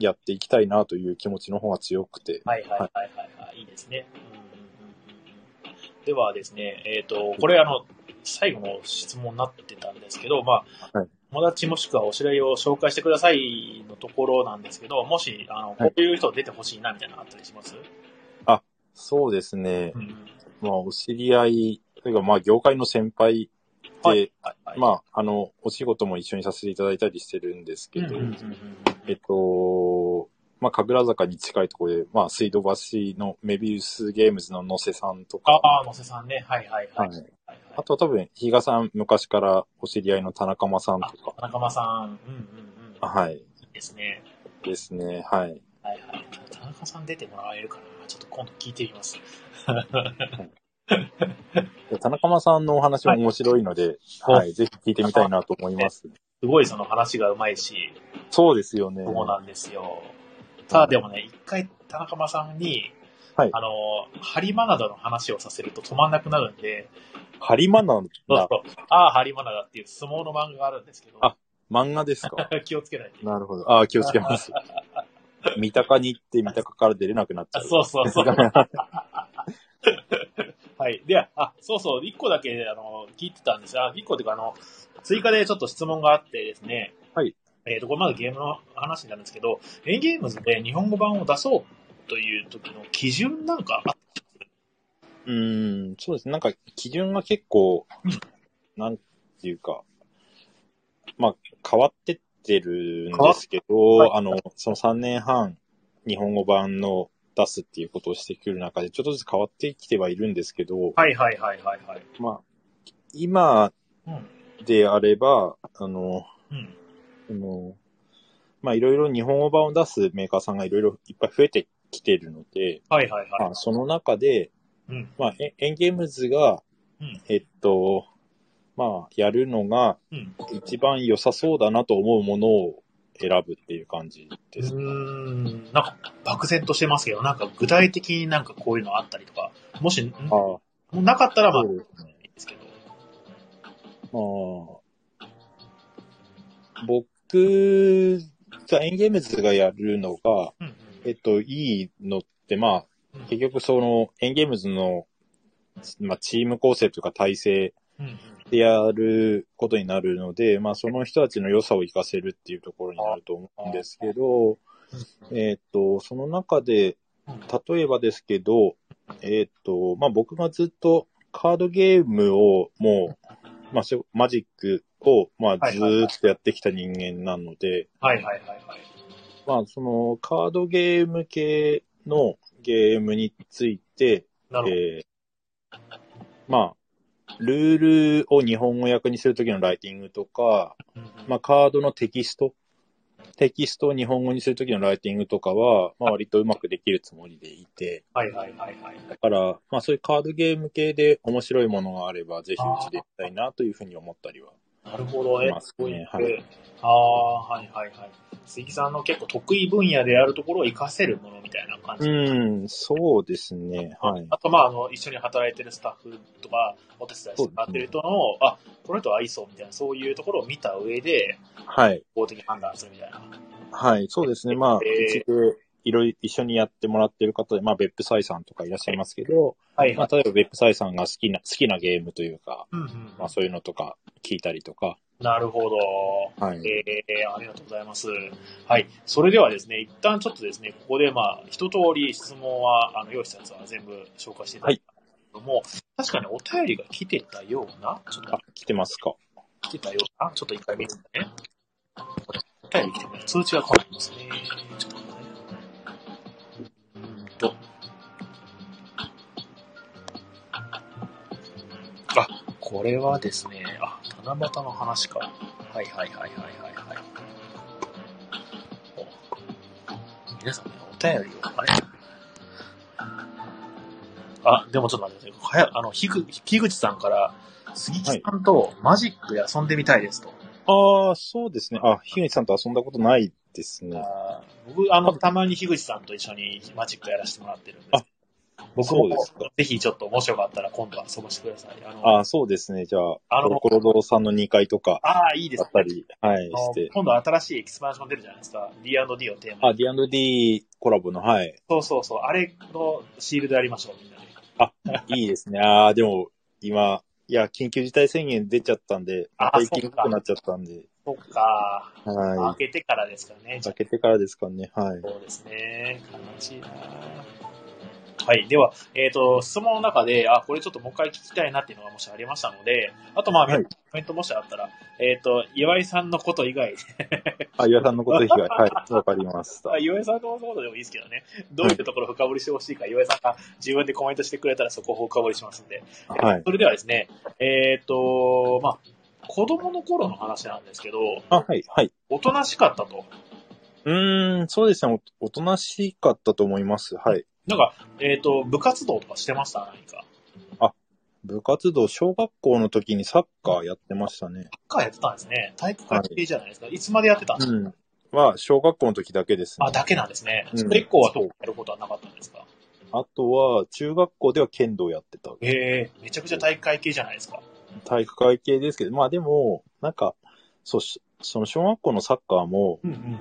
Speaker 2: やっていきたいなという気持ちの方が強くて、
Speaker 1: はいはいはいはい、はい、いいですね。うんうんうんうんではですね、えっ、と、これあの、最後の質問になってたんですけど、まあ、
Speaker 2: はい
Speaker 1: 友達もしくはお知らせを紹介してくださいのところなんですけど、もし、あの、こういう人出てほしいなみたいなのあったりします、
Speaker 2: そうですね
Speaker 1: う、ん
Speaker 2: まあ、お知り合い、というかまあ、業界の先輩で、
Speaker 1: はいはいはい。あ、
Speaker 2: まあ、あの、お仕事も一緒にさせていただいたりしてるんですけ
Speaker 1: うんうん
Speaker 2: ど、
Speaker 1: うんうん
Speaker 2: えっと、まあ、神楽坂に近いところで、まあ、水道橋のメビウスゲームズの野瀬さんとか、
Speaker 1: ああ、野瀬さんね。はいはいはい。
Speaker 2: はい
Speaker 1: はい
Speaker 2: あとは多分、比嘉さん、昔からお知り合いの田中間さんとか、
Speaker 1: 田中間さん。うんうんうん。い
Speaker 2: はい、
Speaker 1: いですね。
Speaker 2: ですね、はい。
Speaker 1: はいはい。田中さん出てもらえるかなちょっと今度聞いてみます。
Speaker 2: 田中間さんのお話も面白いので、はい、
Speaker 1: はい
Speaker 2: ぜひ聞いてみたいなと思います。
Speaker 1: すごいその話がうまいし、
Speaker 2: そうですよね。
Speaker 1: そうなんですよ。ただでもね、一回田中間さんに、
Speaker 2: はい
Speaker 1: あの、ハリマナダの話をさせると止まんなくなるんで、
Speaker 2: ハリマナ
Speaker 1: そう
Speaker 2: な
Speaker 1: そうああ、ハリマナダっていう相撲の漫画があるんですけど、
Speaker 2: あ漫画です か
Speaker 1: 気をつけないと。
Speaker 2: なるほど。ああ、気をつ けます。三鷹に行って三鷹から出れなくなっちゃ
Speaker 1: あ
Speaker 2: う。
Speaker 1: そうそうそう。はい。で、あ、そうそう、一個だけ、あの、聞いてたんですが、一個っていうか、あの、追加でちょっと質問があってですね。
Speaker 2: はい。
Speaker 1: えっ、と、これまだゲームの話になるんですけど、エンゲームズで日本語版を出そうという時の基準なんか、あ
Speaker 2: うーん、そうですね。なんか、基準が結構
Speaker 1: うん、
Speaker 2: なんていうか、まあ、変わってってるんですけど、
Speaker 1: 変わっ
Speaker 2: あの、その3年半、日本語版の出すっていうことをしてくる中で、ちょっとずつ変わってきてはいるんですけど、
Speaker 1: はいはいはいはいはい。
Speaker 2: まあ、今
Speaker 1: うん。
Speaker 2: であれば、あの、
Speaker 1: うん。
Speaker 2: あのまあ、いろいろ日本語版を出すメーカーさんがいろいろいっぱい増えてきてるので、
Speaker 1: はいはいはい。
Speaker 2: まあ、その中で、
Speaker 1: うん。
Speaker 2: まあ、エンエンゲームズが、
Speaker 1: うん
Speaker 2: えっと、まあ、やるのが
Speaker 1: うん。
Speaker 2: 一番良さそうだなと思うものを選ぶっていう感じ
Speaker 1: う
Speaker 2: です。
Speaker 1: ーん。なんか、漠然としてますけど、なんか具体的になんかこういうのあったりとか、もし、ん
Speaker 2: ああ、
Speaker 1: もうなかったらまあ、い
Speaker 2: そ
Speaker 1: いう
Speaker 2: ですね。
Speaker 1: ですけど。
Speaker 2: まあ、僕がエンゲームズがやるのが、
Speaker 1: うんうん。
Speaker 2: えっと、いいのって、まあ、結局その、エンゲームズの、まあ、チーム構成というか体制
Speaker 1: うんうん。
Speaker 2: でやることになるので、まあ、その人たちの良さを活かせるっていうところになると思うんですけど、えーっと、その中で、例えばですけど、えーっと、まあ、僕がずっとカードゲームをもう、まあ、そうマジックを、まあ、
Speaker 1: はい
Speaker 2: ず
Speaker 1: はいはい
Speaker 2: ーっとやってきた人間なので、
Speaker 1: はいはいはいはい。
Speaker 2: まあ、その、カードゲーム系のゲームについて、
Speaker 1: なるほど。
Speaker 2: えーまあ、ルールを日本語訳にするときのライティングとか、まあ、カードのテキスト、テキストを日本語にするときのライティングとかは、まあ、割とうまくできるつもりでいて、
Speaker 1: はいはいはいはい。
Speaker 2: だから、まあ、そういうカードゲーム系で面白いものがあれば、ぜひうちでやりたいなというふうに思ったりは。
Speaker 1: なるほどね。
Speaker 2: います
Speaker 1: そうい
Speaker 2: ね
Speaker 1: う。
Speaker 2: はい
Speaker 1: ああ、はいはいはい。鈴木さんの結構得意分野であるところを活かせるものみたいな感じ。
Speaker 2: うん、そうですね。はい。
Speaker 1: あと、まあ、あの、一緒に働いてるスタッフとか、お手伝いしてもらってる人の、あ、この人合いそうみたいな、そういうところを見た上で、
Speaker 2: はい。
Speaker 1: 法的判断するみたいな。
Speaker 2: はい、そうですね。まあ、う
Speaker 1: え
Speaker 2: ちでいろいろ一緒にやってもらってる方で、まあ、別府サイさんとかいらっしゃいますけど、
Speaker 1: はい
Speaker 2: ま
Speaker 1: はい。
Speaker 2: あ、例えば、ベップサイさんが好きな、好きなゲームというか、
Speaker 1: うんうん
Speaker 2: まあ、そういうのとか聞いたりとか。
Speaker 1: なるほど。
Speaker 2: はい。
Speaker 1: えー、ありがとうございます。はい。それではですね、一旦ちょっとですね、ここでまあ、一通り質問は、あの、用意したやつは全部紹介していただいたんですけども、確かにお便りが来てたような、ちょっと
Speaker 2: あ、来てますか。
Speaker 1: 来てたような、ちょっと一回見るんだね。お便り来てない。通知が来ないんですね。ちょっと待ってね。うーんと。あ、これはですね、あ、七夕の話か。はいはいはいはいはいはい。お皆さんね、お便りを、あれあ、でもちょっと待ってください。はや、あの、ひぐ、木口さんから、杉木さんとマジックで遊んでみたいですと。
Speaker 2: ああ、そうですね。あ、ひぐさんと遊んだことないですね。
Speaker 1: あー僕、あの、たまに樋口さんと一緒にマジックやらせてもらってるんで。
Speaker 2: あ
Speaker 1: 僕
Speaker 2: そう
Speaker 1: も
Speaker 2: ですか
Speaker 1: ぜひちょっともしよかったら今度は遊ばしてください。あの
Speaker 2: ああ、そうですね。じゃあ、
Speaker 1: あ
Speaker 2: コ
Speaker 1: の
Speaker 2: ロコロ堂さんの2階とか
Speaker 1: あー、いいで
Speaker 2: あ
Speaker 1: す
Speaker 2: ったり、はい、
Speaker 1: あの
Speaker 2: して。
Speaker 1: 今度新しいエキスパンション出るじゃないですか。D&D をテーマ
Speaker 2: あ、
Speaker 1: に。
Speaker 2: D&D コラボの、はい。
Speaker 1: そうそうそう。あれのシールドやりましょう、みんなで。
Speaker 2: いいですね。ああ、でも、今、いや、緊急事態宣言出ちゃったんで、
Speaker 1: あ
Speaker 2: また行きにくくなっちゃったんで、
Speaker 1: そっか。
Speaker 2: は
Speaker 1: 開けてからですからね
Speaker 2: い。。開けてからですかね、はい。
Speaker 1: そうですね。悲しいなはい。では、えっ、と、質問の中で、あ、これちょっともう一回聞きたいなっていうのがもしありましたので、あとまあ、
Speaker 2: はい
Speaker 1: コメントもしあったら、えっ、と、岩井さんのこと以外で、
Speaker 2: あ、岩さんのこと以外、はい、わかりました
Speaker 1: あ。岩井さんのことでもいいですけどね、どういったところを深掘りしてほしいか、岩井さんが自分でコメントしてくれたらそこを深掘りしますんで。
Speaker 2: はい。
Speaker 1: それではですね、えっ、と、まあ、子供の頃の話なんですけど、
Speaker 2: あ、はい、はい。
Speaker 1: おとなしかったと。
Speaker 2: うーん、そうですね。おおとなしかったと思います。はい。
Speaker 1: なんか、えっ、と、部活動とかしてました何か。
Speaker 2: 部活動、小学校の時にサッカーやってましたね。
Speaker 1: サッカーやってたんですね。体育会系じゃないですか。い、つまでやってたんです
Speaker 2: う
Speaker 1: か、
Speaker 2: ん。は、小学校の時だけですね。
Speaker 1: あ、だけなんですね。
Speaker 2: うん
Speaker 1: それ以降は特にやることはなかったんですか
Speaker 2: あとは、中学校では剣道やってた。
Speaker 1: ええめちゃくちゃ体育会系じゃないですか。
Speaker 2: 体育会系ですけど、まあでも、なんか、そうし、その小学校のサッカーも、
Speaker 1: うんうんうんうん。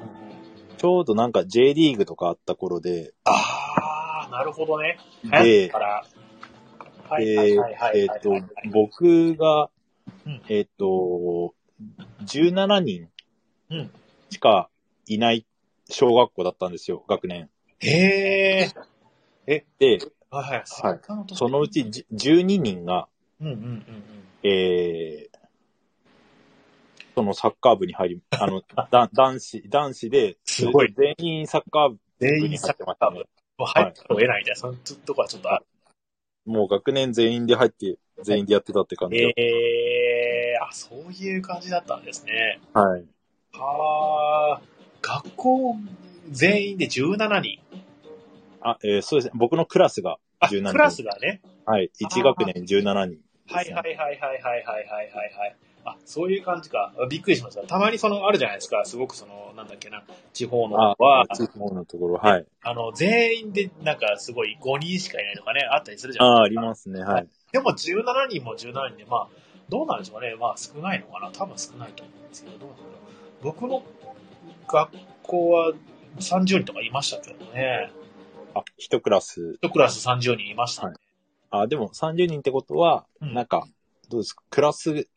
Speaker 2: ちょうどなんか J リーグとかあった頃で、
Speaker 1: あー、なるほどね。
Speaker 2: で
Speaker 1: だから。は
Speaker 2: で
Speaker 1: いはいはいはい。
Speaker 2: えっと、僕が
Speaker 1: うん、
Speaker 2: えっと、17人
Speaker 1: うん
Speaker 2: しかいない小学校だったんですよ、学年。
Speaker 1: へえ
Speaker 2: で、
Speaker 1: はいはい。
Speaker 2: はいそのうちじ12人が、
Speaker 1: うんうんうんうん。
Speaker 2: えー、そのサッカー部に入り、あ の、だ男子、男子で、
Speaker 1: すごい
Speaker 2: 全員サッカー部
Speaker 1: 全
Speaker 2: に
Speaker 1: 員
Speaker 2: 入
Speaker 1: サ
Speaker 2: って
Speaker 1: ッ
Speaker 2: まし
Speaker 1: カー
Speaker 2: たね
Speaker 1: 部。。もう入ったら得ないみたいな、そのとこはちょっとある。
Speaker 2: もう学年全員で入って、全員でやってたって感じだっ
Speaker 1: ええあ、そういう感じだったんですね。
Speaker 2: た。はい。
Speaker 1: はあ、学校全員で17人。
Speaker 2: あ、えーそうですね。僕のクラスが
Speaker 1: あ、
Speaker 2: 17人。
Speaker 1: クラスがね。
Speaker 2: はい。1学年17人ですね、
Speaker 1: はいはいはいはいはいはいはいはいはい。あ、そういう感じか。あびっくりしました。たまにその、あるじゃないですか。すごくその、なんだっけな、地方の
Speaker 2: あ、
Speaker 1: は、
Speaker 2: 地方のところ、はい。
Speaker 1: あの、全員でなんかすごい5人しかいないとかね、あったりするじゃ
Speaker 2: あ
Speaker 1: ない
Speaker 2: あ、ありますね、はい。
Speaker 1: でも17人も17人で、まあ、どうなんでしょうね。まあ、少ないのかな。多分少ないと思うんですけど、どうなんだろう。僕の学校は30人とかいましたけどね。
Speaker 2: あ、一クラス。
Speaker 1: 一クラス30人いましたんで。
Speaker 2: あ、でも30人ってことは、
Speaker 1: うん
Speaker 2: なんか、どうですか、クラス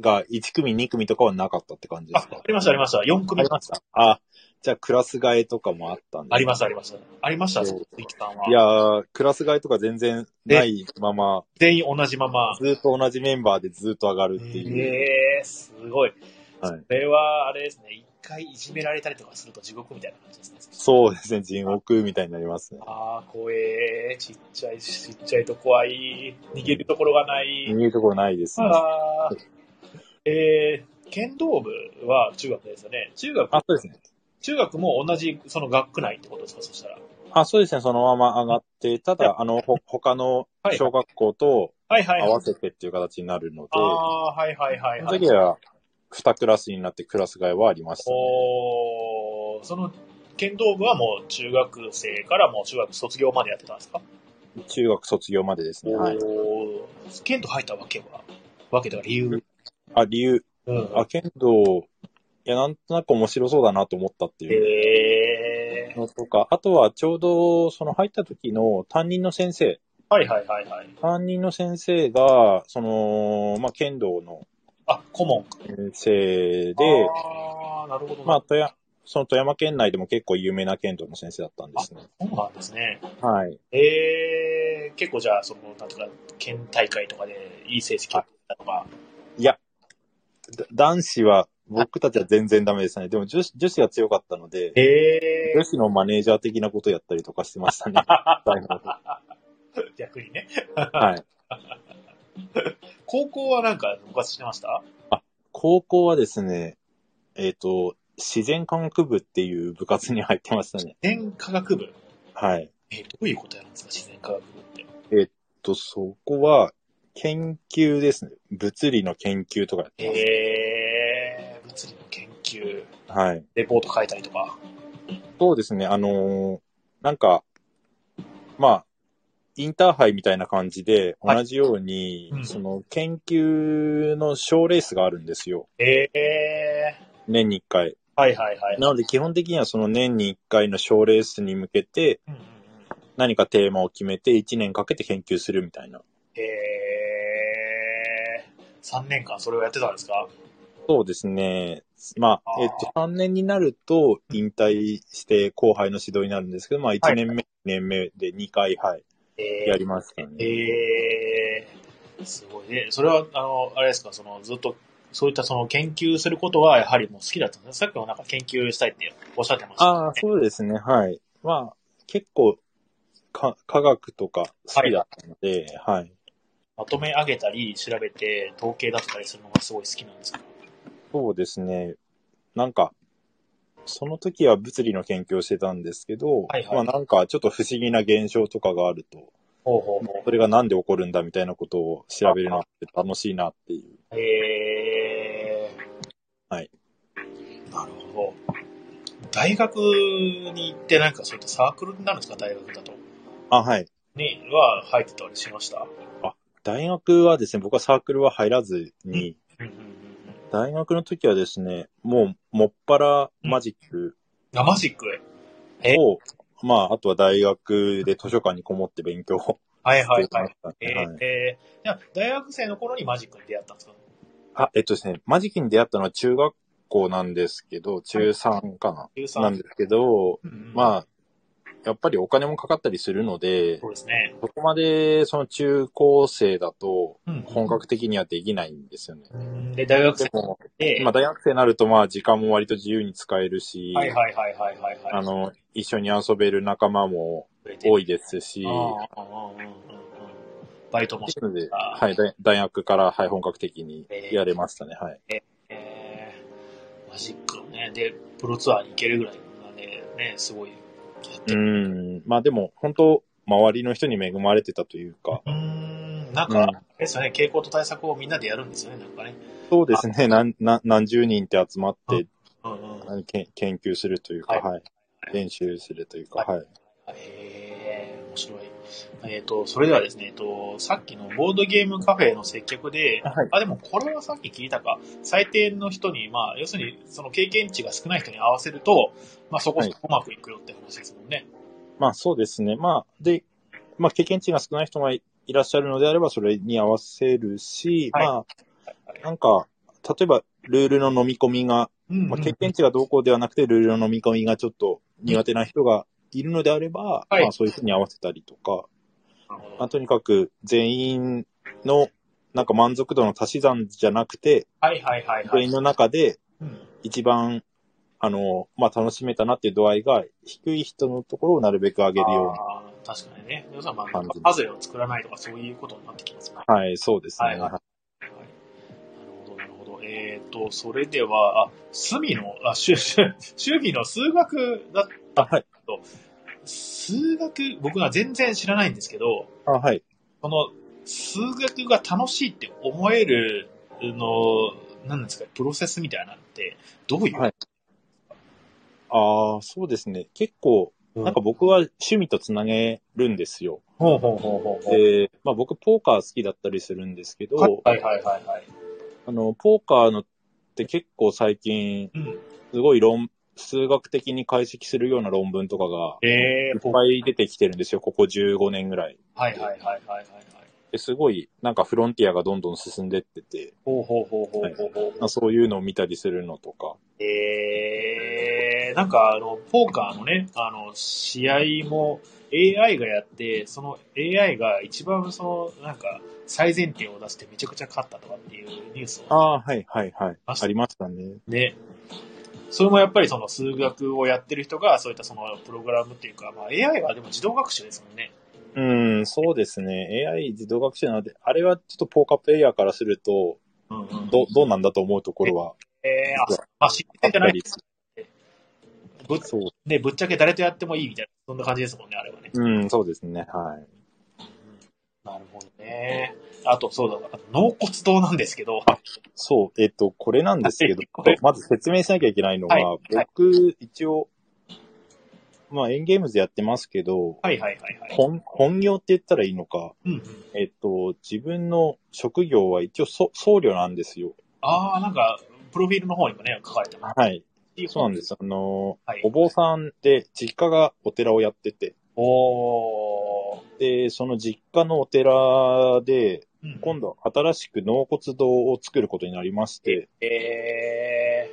Speaker 2: が1組、2組とかはなかったって感じで
Speaker 1: あ、
Speaker 2: すか
Speaker 1: ありました、ありました。4組
Speaker 2: ありました。あ、じゃあクラス替えとかもあったんです
Speaker 1: ありました、ありました。ありました、
Speaker 2: そう
Speaker 1: 鈴木さんは。
Speaker 2: いやー、クラス替えとか全然ないまま、
Speaker 1: 全員同じまま。
Speaker 2: ずっと同じメンバーでずっと上がるっていう。
Speaker 1: ええすごい。
Speaker 2: はい
Speaker 1: それは、あれですね、一回いじめられたりとかすると地獄みたいな感じですね。
Speaker 2: そうですね、人獄みたいになりますね。
Speaker 1: ああ、怖え。ちっちゃい、ちっちゃいと怖い。逃げるところがない。
Speaker 2: 逃げるところないですね。
Speaker 1: ああ。えー、剣道部は中学ですよね。中学、
Speaker 2: あ、そうですね。
Speaker 1: 中学も同じ、その学区内ってことですか、そしたら。
Speaker 2: あ、そうですね、そのまま上がって、ただ、あの、ほ、他の
Speaker 1: はい
Speaker 2: 小学校と
Speaker 1: はいはい
Speaker 2: 合
Speaker 1: はい
Speaker 2: わ。せてっていう形になるので、
Speaker 1: ああ、はいはいはい、
Speaker 2: そ
Speaker 1: は
Speaker 2: の
Speaker 1: い
Speaker 2: 時。は2クラスになってクラス替えはありましたね、
Speaker 1: おーその、剣道部はもう中学生からもう中学卒業までやってたんですか
Speaker 2: 中学卒業までですね。はい。
Speaker 1: おー剣道入ったわけは、わけでは理由。
Speaker 2: あ、理由。
Speaker 1: うん
Speaker 2: あ、剣道、いや、なんとなく面白そうだなと思ったっていう
Speaker 1: へえ。
Speaker 2: のとか、あとはちょうど、その入った時の担任の先生、
Speaker 1: はいはいはいはい。
Speaker 2: 担任の先生が、その、まあ、剣道の
Speaker 1: あ、顧問か。
Speaker 2: 先生で、
Speaker 1: ああ、なるほど。
Speaker 2: まあ、、富山、その富山県内でも結構有名な剣道の先生だったんですね。
Speaker 1: そうなんですね。
Speaker 2: はい。
Speaker 1: ええ、結構じゃあ、その、なんとか、県大会とかでいい成績だったとか。
Speaker 2: いや、だ男子は、僕たちは全然ダメでしたね。でも女子、女子が強かったので、
Speaker 1: へえ
Speaker 2: 女子のマネージャー的なことやったりとかして ましたね。
Speaker 1: 逆にね。
Speaker 2: はい。
Speaker 1: 高校はなんか、部活してました
Speaker 2: 高校はですね、えっ、と、自然科学部っていう部活に入ってましたね。
Speaker 1: 電科学部。
Speaker 2: はい。
Speaker 1: えー、どういうことやるんですか、自然科学部って。
Speaker 2: と、そこは、研究ですね。物理の研究とかやってます。
Speaker 1: えー、物理の研究、
Speaker 2: はい。
Speaker 1: レポート書いたりとか。
Speaker 2: そうですね。あのーなんか、まあ、インターハイみたいな感じで、
Speaker 1: はい
Speaker 2: 同じように、
Speaker 1: うん
Speaker 2: その、研究の賞レースがあるんですよ。
Speaker 1: ええ
Speaker 2: 年に1回。
Speaker 1: ー。はいはいはい。
Speaker 2: なので、基本的にはその年に1回の賞レースに向けて、
Speaker 1: うんうんうん
Speaker 2: 何かテーマを決めて、1年かけて研究するみたいな。
Speaker 1: ええー。3年間それをやってたんですか
Speaker 2: そうですね。ま
Speaker 1: あ
Speaker 2: あ、
Speaker 1: ー
Speaker 2: えっと、3年になると、引退して後輩の指導になるんですけど、まあ、1年目、2年目で2回、はい、
Speaker 1: え
Speaker 2: やりますけど
Speaker 1: え
Speaker 2: ね。
Speaker 1: えー。すごいね。それは、あの、あれですか、その、ずっと、そういったその研究することは、やはりもう好きだったんですねさっきもなんか研究したいっておっしゃってました、
Speaker 2: ああ、そうですね。はい。まあ、結構、か、科学とか好きだったので、はい。
Speaker 1: まとめ上げたり、調べて、統計だったりするのがすごい好きなんですけど。
Speaker 2: そうですね。なんか、その時は物理の研究をしてたんですけど、
Speaker 1: はいはい
Speaker 2: まあなんかちょっと不思議な現象とかがあると、
Speaker 1: ほうほうほ
Speaker 2: それがなんで起こるんだみたいなことを調べるのって楽しいなっていう。
Speaker 1: う。えー。
Speaker 2: はい。
Speaker 1: なるほど。大学に行ってなんかそういったサークルになるんですか大学だと。
Speaker 2: あ、はい。
Speaker 1: には入ってたりしました。
Speaker 2: 大学はですね、僕はサークルは入らずに、
Speaker 1: うんうんうんうん。
Speaker 2: 大学の時はですね、もうもっぱらマジック
Speaker 1: あマジックへ。え
Speaker 2: を、まあ、あとは大学で図書館にこもって勉強を
Speaker 1: はいは
Speaker 2: し
Speaker 1: い
Speaker 2: て
Speaker 1: は
Speaker 2: ま
Speaker 1: い
Speaker 2: し。たね。
Speaker 1: えー
Speaker 2: はい
Speaker 1: えー、じゃあ大学生の頃にマジックに出会ったんですか
Speaker 2: あ、えっとですね、マジックに出会ったのは中学校なんですけど、中3かな、
Speaker 1: ?13。
Speaker 2: なんですけど、
Speaker 1: うんうん、あ。
Speaker 2: まあ、やっぱりお金もかかったりするので、
Speaker 1: そうですね。
Speaker 2: そこまでその中高生だと
Speaker 1: うん
Speaker 2: 本格的にはできないんですよね。
Speaker 1: うんで、大学生
Speaker 2: でも、
Speaker 1: で、
Speaker 2: まあ大学生になるとまあ時間も割と自由に使えるし、
Speaker 1: はいはいはいはいはい、はい。
Speaker 2: あの、一緒に遊べる仲間も多
Speaker 1: 多
Speaker 2: いですし、
Speaker 1: バイトもして
Speaker 2: なので、はい、大大学から、はい、本格的にやれましたね、はい。
Speaker 1: えーマジックのね、で、プロツアーに行けるぐらいのね、ね、すごい。
Speaker 2: うん、まあでも、本当周りの人に恵まれてたというか、
Speaker 1: うーん、なん
Speaker 2: う
Speaker 1: か、
Speaker 2: ん、
Speaker 1: ですよね、傾向と対策をみんなでやるんですよね、なんかね。
Speaker 2: そうですね、なんな何十人って集まって、
Speaker 1: うんうん。
Speaker 2: あのけん研究するというか、
Speaker 1: は
Speaker 2: はいい、練習するというか、
Speaker 1: は
Speaker 2: はい。
Speaker 1: えー面白い。えっ、と、それではですね、えっ、と、さっきのボードゲームカフェの接客で、
Speaker 2: はい
Speaker 1: あ、でもこれはさっき聞いたか、最低の人に、まあ、要するに、その経験値が少ない人に合わせると、まあ、そこそこうまくいくよって話ですもんね。
Speaker 2: まあそうですね、まあ、で、まあ経験値が少ない人がいいらっしゃるのであれば、それに合わせるし、
Speaker 1: はい
Speaker 2: ま
Speaker 1: はい
Speaker 2: あ、なんか、例えば、ルールの飲み込みが
Speaker 1: うん
Speaker 2: まあ、
Speaker 1: うん
Speaker 2: 経験値がどうこうではなくて、ルールの飲み込みがちょっと苦手な人がいるのであれば、
Speaker 1: はい
Speaker 2: まあ、そういうふうに合わせたりとか、
Speaker 1: なるほど
Speaker 2: まあ、とにかく全員のなんか満足度の足し算じゃなくて、
Speaker 1: はいはいはいは
Speaker 2: 全
Speaker 1: い
Speaker 2: 員。の中で
Speaker 1: うん
Speaker 2: 一番、あの、まあ、楽しめたなっていう度合いが低い人のところをなるべく上げるよ
Speaker 1: あー確かにね。要するに、まあ、
Speaker 2: 感じ
Speaker 1: パズルを作らないとかそういうことになってきますか
Speaker 2: うな。はい、そうですね。
Speaker 1: はいははい。なるほど、なるほど。えっ、と、それでは、あ、隅の、あ、主、主、主義の数学だった。
Speaker 2: はい。
Speaker 1: 数学、僕は全然知らないんですけど、
Speaker 2: あはい。
Speaker 1: この、数学が楽しいって思えるの、なんですか、プロセスみたいなのって、どういう、
Speaker 2: はいああ、そうですね。結構、なんか僕は趣味とつなげるんですよ。
Speaker 1: ほうほうほうほうほう。
Speaker 2: で、まあ僕、ポーカー好きだったりするんですけど、
Speaker 1: はいはいはいはい。
Speaker 2: あの、ポーカーのって結構最近、
Speaker 1: うん。
Speaker 2: すごい論、数学的に解析するような論文とかが、
Speaker 1: え
Speaker 2: い
Speaker 1: ー、
Speaker 2: っ
Speaker 1: ぽ
Speaker 2: ぱい出てきてるんですよ、ここ15年ぐらい。
Speaker 1: はいはいはいはいはいはい。
Speaker 2: ですごい、なんかフロンティアがどんどん進んでってて、
Speaker 1: ほうほうほうほうほうほう。
Speaker 2: まあそういうのを見たりするのとか。
Speaker 1: えー、なんかあの、ポーカーのね、あの、試合も AI がやって、その AI が一番その、なんか、最前提を出してめちゃくちゃ勝ったとかっていうニュース
Speaker 2: あ
Speaker 1: を
Speaker 2: あ、はい、はい、はい。
Speaker 1: あそう
Speaker 2: ありましたね。
Speaker 1: ね、それもやっぱりその数学をやってる人が、そういったそのプログラムっていうか、まあ AI はでも自動学習ですもんね。
Speaker 2: うん、そうですね。AI 自動学習なので、あれはちょっとポーカープレイヤーからすると、
Speaker 1: うんうん。
Speaker 2: ど、どうなんだと思うところは
Speaker 1: えー、あ、
Speaker 2: 実
Speaker 1: まあ、知っ
Speaker 2: あ
Speaker 1: てん
Speaker 2: っ
Speaker 1: じ
Speaker 2: た
Speaker 1: ゃない
Speaker 2: り。
Speaker 1: ぶっ
Speaker 2: そう。
Speaker 1: ね、ぶっちゃけ誰とやってもいいみたいな、そんな感じですもんね、あれはね。
Speaker 2: うん、そうですね。はい。
Speaker 1: なるほどね。あと、そうだ、あと納骨堂なんですけど、
Speaker 2: そう、えっと、これなんですけど
Speaker 1: はい、
Speaker 2: まず説明しなきゃいけないのが、
Speaker 1: はいはい
Speaker 2: 僕、一応、まあ、エンゲームズやってますけど、
Speaker 1: はいはいはいはい。
Speaker 2: 本、本業って言ったらいいのか、
Speaker 1: うんうん。
Speaker 2: えっと、自分の職業は一応そ僧侶なんですよ。
Speaker 1: ああ、なんか、プロフィールの方にもね、書かれてます。
Speaker 2: はい。そうなんです。あの、
Speaker 1: はい
Speaker 2: お坊さんで、実家がお寺をやってて、
Speaker 1: おー。
Speaker 2: で、その実家のお寺
Speaker 1: う
Speaker 2: で、
Speaker 1: ん
Speaker 2: 今度新しく納骨堂を作ることになりまして、
Speaker 1: え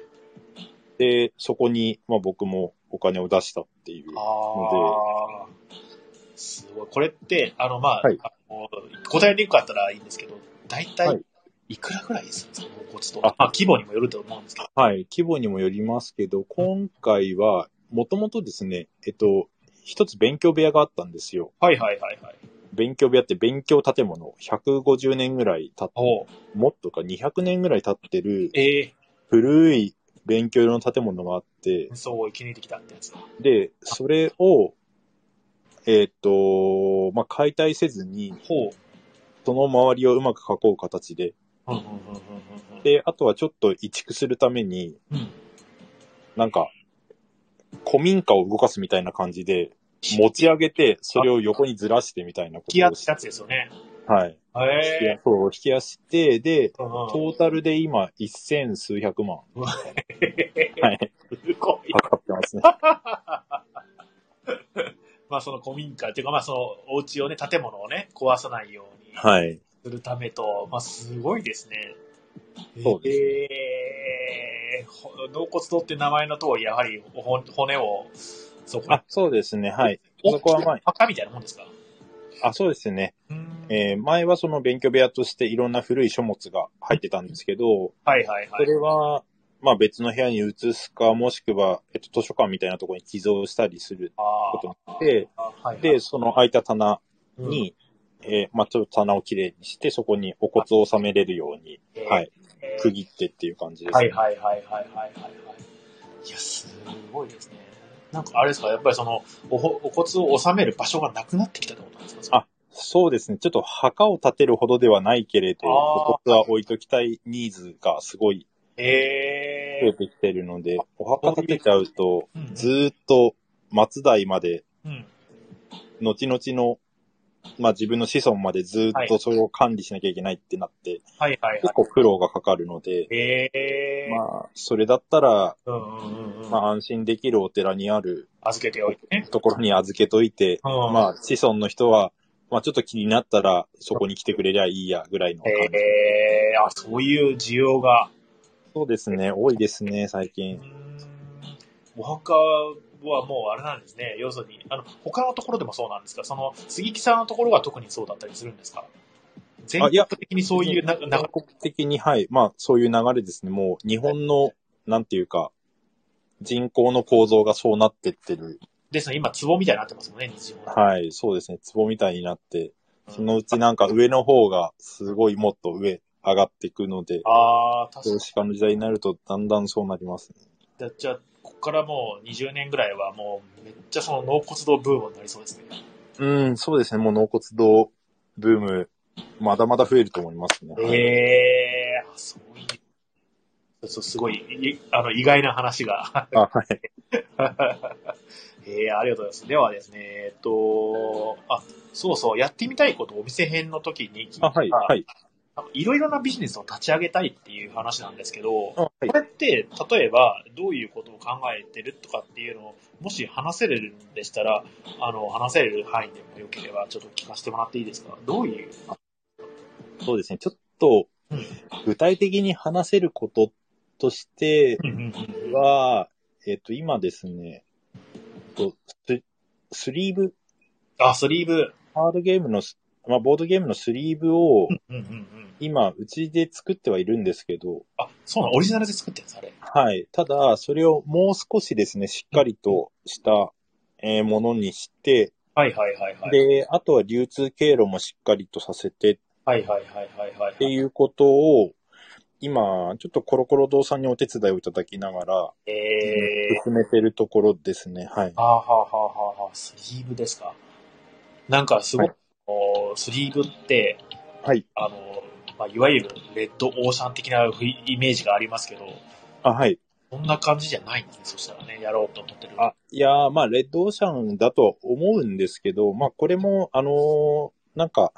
Speaker 1: ー。
Speaker 2: で、そこに、まあ僕もお金を出したっていう。
Speaker 1: ああ。すごい。これって、あの、まあ、
Speaker 2: はい
Speaker 1: あの答えにくかったらいいんですけど、大
Speaker 2: は
Speaker 1: 体
Speaker 2: い、
Speaker 1: いくらぐらいですか、納骨と。
Speaker 2: あ
Speaker 1: まあ、規模にもよると思うんですけど。
Speaker 2: はい、規模にもよりますけど、今回は、もともとですね、えっと、一つ勉強部屋があったんですよ。
Speaker 1: はいはいはいはい。
Speaker 2: 勉強部屋って勉強建物、150年ぐらい経っ
Speaker 1: おう
Speaker 2: もっとか200年ぐらい経ってる
Speaker 1: え
Speaker 2: 古い勉強用の建物があって
Speaker 1: ー、、そう生き抜いてきたってやつだ。
Speaker 2: で、それを、えっと、まあ、解体せずに、
Speaker 1: ほう。
Speaker 2: その周りをうまく囲う形で、
Speaker 1: うんうんうんうんうん
Speaker 2: で、あとはちょっと移築するために、
Speaker 1: うん
Speaker 2: なんか、古民家を動かすみたいな感じで、持ち上げて、それを横にずらしてみたいなこ
Speaker 1: 引き
Speaker 2: と
Speaker 1: 合
Speaker 2: を
Speaker 1: っ
Speaker 2: して
Speaker 1: たやつですよね。
Speaker 2: はい。引き
Speaker 1: へえ
Speaker 2: やそう、引きやして、で、
Speaker 1: ー。
Speaker 2: ト
Speaker 1: うん
Speaker 2: ータルで今、一千数百万はい
Speaker 1: すごい。
Speaker 2: かかってますね。
Speaker 1: まあその古民家っていうかまあそのお家をね、建物をね、壊さないように
Speaker 2: はい。
Speaker 1: するためと、まあすごいですね。
Speaker 2: そうですね
Speaker 1: えーほ納骨堂って名前の通り、やはりほ骨を、そこに
Speaker 2: あ、、そうですね、はい。
Speaker 1: お
Speaker 2: そこはま
Speaker 1: 墓みたいなもんですか
Speaker 2: あ、あ、そうですね。
Speaker 1: うん
Speaker 2: えー前はその勉強部屋としていろんな古い書物が入ってたんですけど、
Speaker 1: はいはいは
Speaker 2: そ
Speaker 1: い。
Speaker 2: れは、まあ別の部屋に移すか、もしくは、えっと、図書館みたいなところに寄贈したりする
Speaker 1: あ
Speaker 2: こと
Speaker 1: ー
Speaker 2: になって、
Speaker 1: あはいはい
Speaker 2: で、その空いた棚
Speaker 1: うん
Speaker 2: に、えーまあちょっと棚をきれいにして、そこにお骨を収めれるように、
Speaker 1: えー
Speaker 2: はい、
Speaker 1: えー
Speaker 2: 区切ってっていう感じです。
Speaker 1: はいはいはいはいはいはいはい。いや、すごいですね。なんかあれですか、やっぱりその、おほお骨を収める場所がなくなってきたってことなんですかそれ
Speaker 2: あそうですね。ちょっと墓を建てるほどではないけれど、
Speaker 1: あー
Speaker 2: お骨は置いときたいニーズがすごい
Speaker 1: え
Speaker 2: 増え
Speaker 1: え
Speaker 2: てきてるので、お墓建てちゃうと、
Speaker 1: うん
Speaker 2: ずーっと末代まで
Speaker 1: うん。
Speaker 2: 後々の、まあ、自分の子孫までずっとそれを管理しなきゃいけないってなって、
Speaker 1: はいはいは
Speaker 2: 結構苦労がかかるので、
Speaker 1: い。ええ
Speaker 2: まあ、それだったら、
Speaker 1: うんうんうんうん。
Speaker 2: まあ、安心できるお寺にある
Speaker 1: 預けておいてね。
Speaker 2: ところに預けといて、
Speaker 1: うん
Speaker 2: まあ、子孫の人は、まあ、ちょっと気になったら、そこに来てくれりゃいいや、ぐらいの感じ。
Speaker 1: ええあ、そういう需要が。
Speaker 2: そうですね、多いですね、最
Speaker 1: うー
Speaker 2: 近。
Speaker 1: ん。お墓はもうあれなんですね。要するに、あの、他のところでもそうなんですかその、杉木さんのところは特にそうだったりするんですか全
Speaker 2: あいや
Speaker 1: 国的にそういうな、な、
Speaker 2: 全国的に、はい、まあ、そういう流れですね。もう、日本の、なんていうか、人口の構造がそうなってってる
Speaker 1: ですね、今、壺みたいになってますもんね、日常の。
Speaker 2: はい、そうですね。壺みたいになって、そのうちなんか上の方がすごいもっと上上がっていくので、
Speaker 1: ああ、確か
Speaker 2: 少子化の時代になるとだんだんそうなりますね。
Speaker 1: に。じゃあ、ここからもう20年ぐらいはもう、めっちゃその納骨堂ブームになりそうですね。
Speaker 2: うん、そうですね。もう納骨堂ブーム、まだまだ増えると思いますね。はい
Speaker 1: ええー、あそういう。そう、すごい、いあの、意外な話が。
Speaker 2: あはい。
Speaker 1: ええー、ありがとうございます。ではですね、えっと、あ、そうそう、やってみたいことお店編の時に聞いた
Speaker 2: あ、はい、はい。
Speaker 1: なんかいろいろなビジネスを立ち上げたいっていう話なんですけど、
Speaker 2: あはい
Speaker 1: これって、例えば、どういうことを考えてるとかっていうのを、もし話せるんでしたら、あの、話せる範囲でもよければ、ちょっと聞かせてもらっていいですかどういう、
Speaker 2: そうですね。ちょっと
Speaker 1: うん、
Speaker 2: 具体的に話せることとして
Speaker 1: うんうんうん
Speaker 2: は、えっと、今ですね、えっとススリーブ
Speaker 1: あ、スリーブ。
Speaker 2: ハードゲームのス、まあ、ボードゲームのスリーブを、
Speaker 1: うんうんうん。
Speaker 2: 今、うちで作ってはいるんですけど、
Speaker 1: あ、そうなのオリジナルで作ってるんです、あれ。
Speaker 2: はい。ただ、それをもう少しですね、しっかりとした、えーものにして、
Speaker 1: はいはいはいはい。
Speaker 2: で、あとは流通経路もしっかりとさせてっ
Speaker 1: はいはいはいはいはい、
Speaker 2: ていうことを、今、ちょっとコロコロ堂さんにお手伝いをいただきながら、
Speaker 1: えー、
Speaker 2: 進めてるところですね。はい。
Speaker 1: はあはあはあはあはあ、スリーブですか。なんかすご
Speaker 2: は
Speaker 1: く、おスリーブって、
Speaker 2: はい。
Speaker 1: あの、まあ、いわゆるレッドオーシャン的なふいイメージがありますけど、
Speaker 2: あ、はい。
Speaker 1: そんな感じじゃないんですね。そしたらね、やろうと思ってる。
Speaker 2: あ、いやー、まあ、レッドオーシャンだと思うんですけど、まあ、これも、あのーなんか、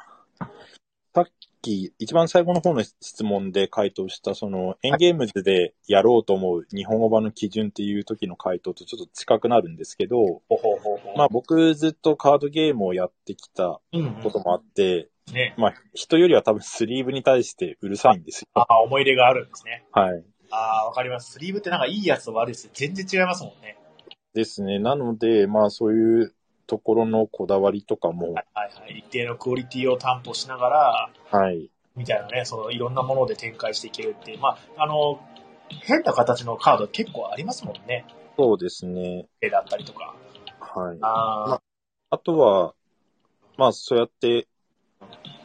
Speaker 2: さっき、一番最後の方の質問で回答した、その、エンゲームズでやろうと思う日本語版の基準っていう時の回答とちょっと近くなるんですけど、
Speaker 1: ほうほうほうほう。
Speaker 2: まあ、僕ずっとカードゲームをやってきた
Speaker 1: うん、う
Speaker 2: こと
Speaker 1: ん。
Speaker 2: もあって、
Speaker 1: ね。
Speaker 2: まあ、人よりは多分スリーブに対してうるさいんですよ。
Speaker 1: ああ、思い入れがあるんですね。
Speaker 2: はい。
Speaker 1: ああ、わかります。スリーブってなんかいいやつと悪いやつって全然違いますもんね。
Speaker 2: ですね。なので、まあ、そういうところのこだわりとかも、
Speaker 1: はいはい。一定のクオリティを担保しながら、
Speaker 2: はい。
Speaker 1: みたいなね、そのいろんなもので展開していけるっていう、まあ、あの、変な形のカード結構ありますもんね。
Speaker 2: そうですね。
Speaker 1: 絵だったりとか。
Speaker 2: はい。
Speaker 1: ああ、
Speaker 2: あとは、まあ、そうやって、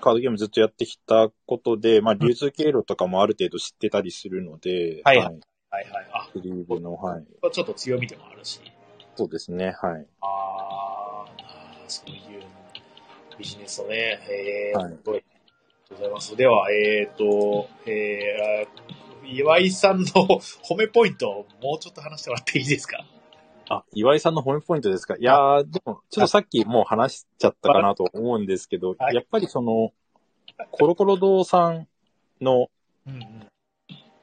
Speaker 2: カードゲームずっとやってきたことで、まあ、流通経路とかもある程度知ってたりするので、
Speaker 1: はいはいはい。あ、
Speaker 2: クリーブの、はい。
Speaker 1: ちょっと強みでもあるし。
Speaker 2: そうですね、はい。
Speaker 1: あーあー、そういうビジネスをね、えー、
Speaker 2: はい
Speaker 1: すごい。ありがとうございます。では、えっ、ー、と、えー、岩井さんの褒めポイントをもうちょっと話してもらっていいですか
Speaker 2: あ、岩井さんの褒めポイントですかいやー、でも、ちょっとさっきもう話しちゃったかなと思うんですけど、
Speaker 1: はい
Speaker 2: やっぱりその、コロコロ堂さんの、
Speaker 1: うん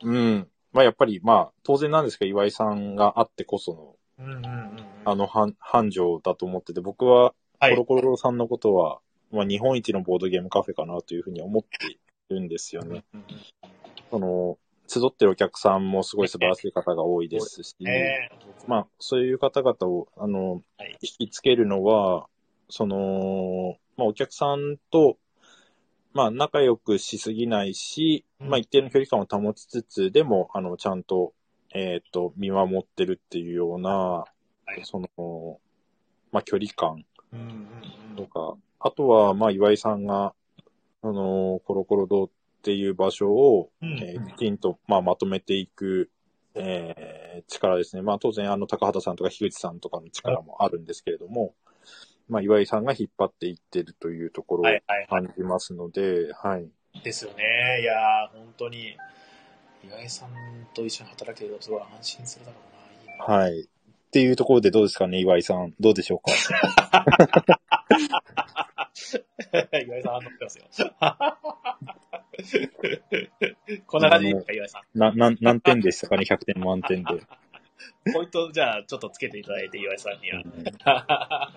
Speaker 1: うん。
Speaker 2: うん、まあやっぱり、まあ、当然なんですけど、岩井さんがあってこその、
Speaker 1: うんうんうんうん。
Speaker 2: あの、繁繁盛だと思ってて、僕は、
Speaker 1: は
Speaker 2: コ
Speaker 1: い
Speaker 2: ロ。コロさんのことは、まあ、日本一のボードゲームカフェかなというふうに思っているんですよ
Speaker 1: うん
Speaker 2: ね。
Speaker 1: うん
Speaker 2: その、集ってるお客さんもすごい素晴らしい方が多いですし、
Speaker 1: ねえ
Speaker 2: まあ、そういう方々を、あの
Speaker 1: はい、
Speaker 2: 引きつけるのは、その、まあ、お客さんと、まあ、仲良くしすぎないし、
Speaker 1: うん
Speaker 2: まあ、一定の距離感を保ちつつ、でも、あの、ちゃんと、えっ、と、見守ってるっていうような、
Speaker 1: い
Speaker 2: その、まあ、距離感
Speaker 1: うんうんう
Speaker 2: と
Speaker 1: ん。
Speaker 2: か、あとは、まあ、岩井さんが、あのコロコロ堂っていう場所を、
Speaker 1: うん
Speaker 2: えーきちんと、まあ、まとめていく、えー力ですね。まあ、当然、あの、高畑さんとか樋口さんとかの力もあるんですけれども、まあ、岩井さんが引っ張っていってるというところ
Speaker 1: は
Speaker 2: を
Speaker 1: いはいは
Speaker 2: 感じますので、はい。
Speaker 1: い。ですよね。いやー、本当に、岩井さんと一緒に働けるとすごい安心するだろうな。いいな
Speaker 2: はい。っていうところでどうですかね、岩井さん。どうでしょうか。
Speaker 1: 岩井さん、乗ってますよ。 こんな感じですか、岩井さ
Speaker 2: な、なん、何点でしたかね、100点満点で。
Speaker 1: ん。ポイント、じゃあ、ちょっとつけていただいて、岩井さんには。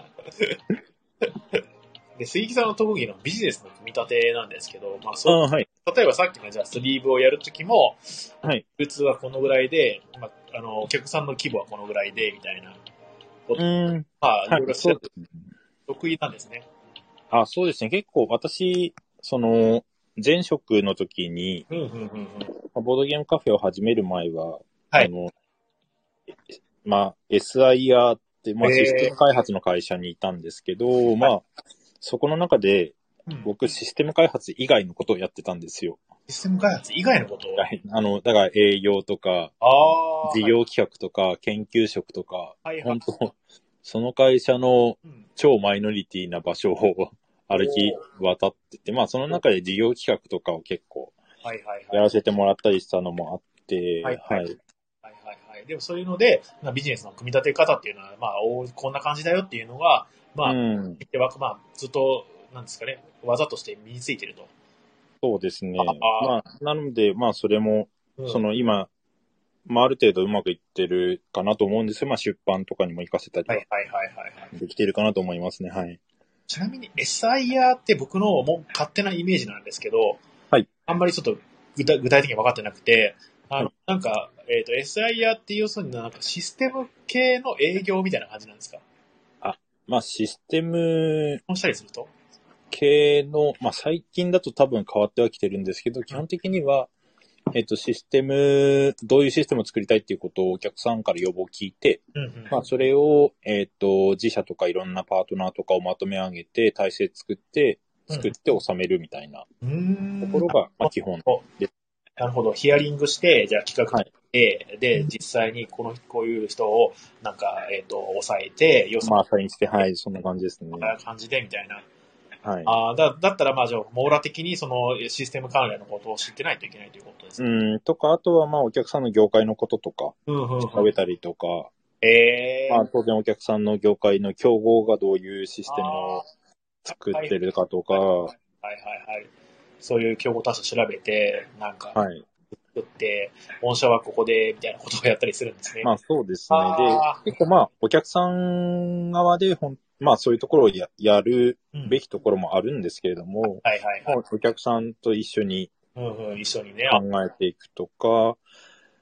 Speaker 1: で、杉木さんの特技のビジネスの組み立てなんですけど、まあ、
Speaker 2: あ
Speaker 1: そう、
Speaker 2: あ、はい。
Speaker 1: 例えばさっきの、じゃあ、スリーブをやるときも、
Speaker 2: はい。
Speaker 1: 流通はこのぐらいで、まあ、あの、お客さんの規模はこのぐらいで、みたいな。
Speaker 2: うん。
Speaker 1: まあ、いろい
Speaker 2: は
Speaker 1: ろ
Speaker 2: い、
Speaker 1: 調
Speaker 2: そ
Speaker 1: べ
Speaker 2: う
Speaker 1: て
Speaker 2: ですね。
Speaker 1: 得意なんですね。
Speaker 2: あ、そうですね。結構私、その、前職の時に、
Speaker 1: うんうんうんうん。
Speaker 2: まあボードゲームカフェを始める前は、
Speaker 1: はい
Speaker 2: あの、まあ、SIR って、まあ、
Speaker 1: へー
Speaker 2: システム開発の会社にいたんですけど、まあ、そこの中で、僕、システム開発以外のことをやってたんですよ。
Speaker 1: システム開発以外のこと
Speaker 2: はいあの、だから営業とか、
Speaker 1: ああ。
Speaker 2: 事業企画とか、研究職とか、
Speaker 1: はいはい
Speaker 2: 本当その会社の
Speaker 1: うん
Speaker 2: 超マイノリティな場所を歩き渡ってて、まあその中で事業企画とかを結構
Speaker 1: はいはいはい。
Speaker 2: やらせてもらったりしたのもあって、
Speaker 1: は
Speaker 2: は
Speaker 1: は
Speaker 2: いい。
Speaker 1: いはいはい。でもそういうので、まあビジネスの組み立て方っていうのは、まあ、おこんな感じだよっていうのが、まあ、
Speaker 2: うん、
Speaker 1: でわまあ、ずっと、なんですかね、技として身についてると。
Speaker 2: そうですね。
Speaker 1: あ
Speaker 2: まあなので、まあそれも、
Speaker 1: うん
Speaker 2: そ、の今、まあある程度うまくいってるかなと思うんですよ。まあ出版とかにも活かせたり
Speaker 1: はいはいはいはいはい。
Speaker 2: できてるかなと思いますね。はい。
Speaker 1: ちなみに SIR って僕のもう勝手なイメージなんですけど、
Speaker 2: はい
Speaker 1: あんまりちょっと具体具体的には分かってなくて、あの、
Speaker 2: は
Speaker 1: なんか、えっ、と、SIR って要するになんかシステム系の営業みたいな感じなんですか
Speaker 2: まあシステム
Speaker 1: そうしたりすると
Speaker 2: 系の、まあ最近だと多分変わってはきてるんですけど、基本的には、えっと、システム、どういうシステムを作りたいっていうことをお客さんから要望を聞いて、
Speaker 1: うんうん。
Speaker 2: まあ、それを、えっと、自社とかいろんなパートナーとかをまとめ上げて、体制作って、作って収めるみたいな
Speaker 1: うーん。
Speaker 2: ところが、まあ、基本。
Speaker 1: なるほど。ヒアリングして、じゃあ企画で、で、実際にこの、こういう人を、なんか、えっ、と、抑えて、予
Speaker 2: ま
Speaker 1: 算
Speaker 2: あ、サインして、はい、そんな感じですね。
Speaker 1: な感じで、みたいな。
Speaker 2: はい。
Speaker 1: あーだだったら、まあ、じゃあ、網羅的にそのえシステム関連のことを知ってないといけないということですね。
Speaker 2: うん、とか、あとは、まあ、お客さんの業界のこととか、
Speaker 1: うん、うん、
Speaker 2: 調べたりとか、
Speaker 1: ええ
Speaker 2: まあ、当然お客さんの業界の競合がどういうシステムを作ってるかとか、
Speaker 1: はは
Speaker 2: はい
Speaker 1: いはい。そういう競合他社調べて、なんか、
Speaker 2: い。
Speaker 1: 作って、御社はここで、みたいなことをやったりするんですね。
Speaker 2: まあ、そうですね。
Speaker 1: あー
Speaker 2: で、結構まあ、お客さん側でほん、まあ、そういうところをややる
Speaker 1: うん
Speaker 2: べきところもあるんですけれども、
Speaker 1: はいはいはい。
Speaker 2: もうお客さんと一緒に
Speaker 1: うんうん、一緒にね。
Speaker 2: 考えていくとか、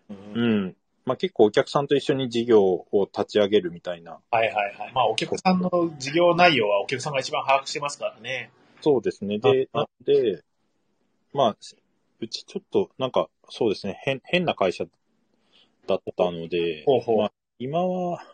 Speaker 1: うん
Speaker 2: うん。まあ、結構お客さんと一緒に事業を立ち上げるみたいな。
Speaker 1: はいはいはい。まあ、お客さんの事業内容はお客さんが一番把握してますからね。
Speaker 2: そうですね。で、
Speaker 1: あ
Speaker 2: なので、まあ、うちちょっと、なんか、そうですね、変、変な会社だったので、
Speaker 1: ほうほう
Speaker 2: まあ、今は、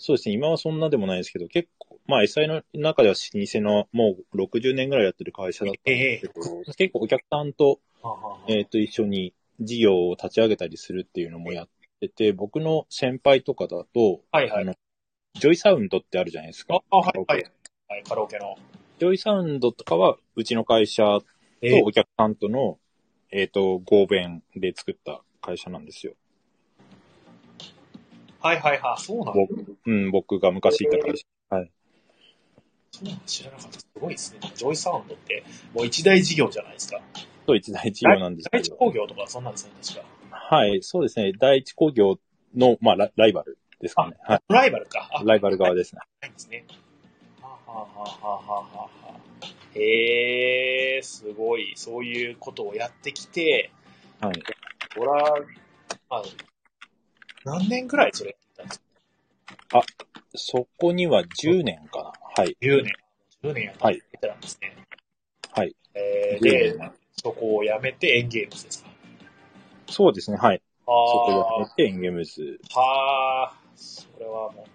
Speaker 2: そうですね、今はそんなでもないですけど、結構、まあ、SI の中では老舗の、もう60年ぐらいやってる会社だったんですけど、結構お客さんと、
Speaker 1: はあはあはあ
Speaker 2: えっ、と、一緒に事業を立ち上げたりするっていうのもやってて、僕の先輩とかだと、
Speaker 1: はいはい
Speaker 2: あ。のジョイサウンドってあるじゃないですか。
Speaker 1: あ、はいはい。はい、カラオケの。
Speaker 2: ジョイサウンドとかは、うちの会社
Speaker 1: え
Speaker 2: とお客さんとの、えっ、と、合弁で作った会社なんですよ。
Speaker 1: はいはいはい。そうなんだ。
Speaker 2: 僕、うん、僕が昔いた会社。
Speaker 1: そうなんだ知らなかった。すごいですね。ジョイサウンドって、もう一大事業じゃないですか。
Speaker 2: と一大事業なんですけ
Speaker 1: 第一
Speaker 2: ど。
Speaker 1: 工業とかそんなんですね、確か。
Speaker 2: はい、そうですね。第一工業の、まあ、ラライバルですかね。はい。
Speaker 1: ライバルか。あ、
Speaker 2: ライバル側ですね。
Speaker 1: ないんですね。はあはあはあはあはあはあ。へえー、すごい。そういうことをやってきて、
Speaker 2: はい。
Speaker 1: ほら、まあ、何年ぐらいそれやってたんですか
Speaker 2: そこには10年かな。はい。
Speaker 1: ?10 年。10年やって
Speaker 2: はい
Speaker 1: たんですね。
Speaker 2: はい。
Speaker 1: えー、
Speaker 2: 10
Speaker 1: で
Speaker 2: 年、
Speaker 1: そこをやめてエンゲームズですか
Speaker 2: そうですね。はい。
Speaker 1: あ
Speaker 2: そこ
Speaker 1: あ
Speaker 2: やってエンゲームズ。
Speaker 1: はあ、それはも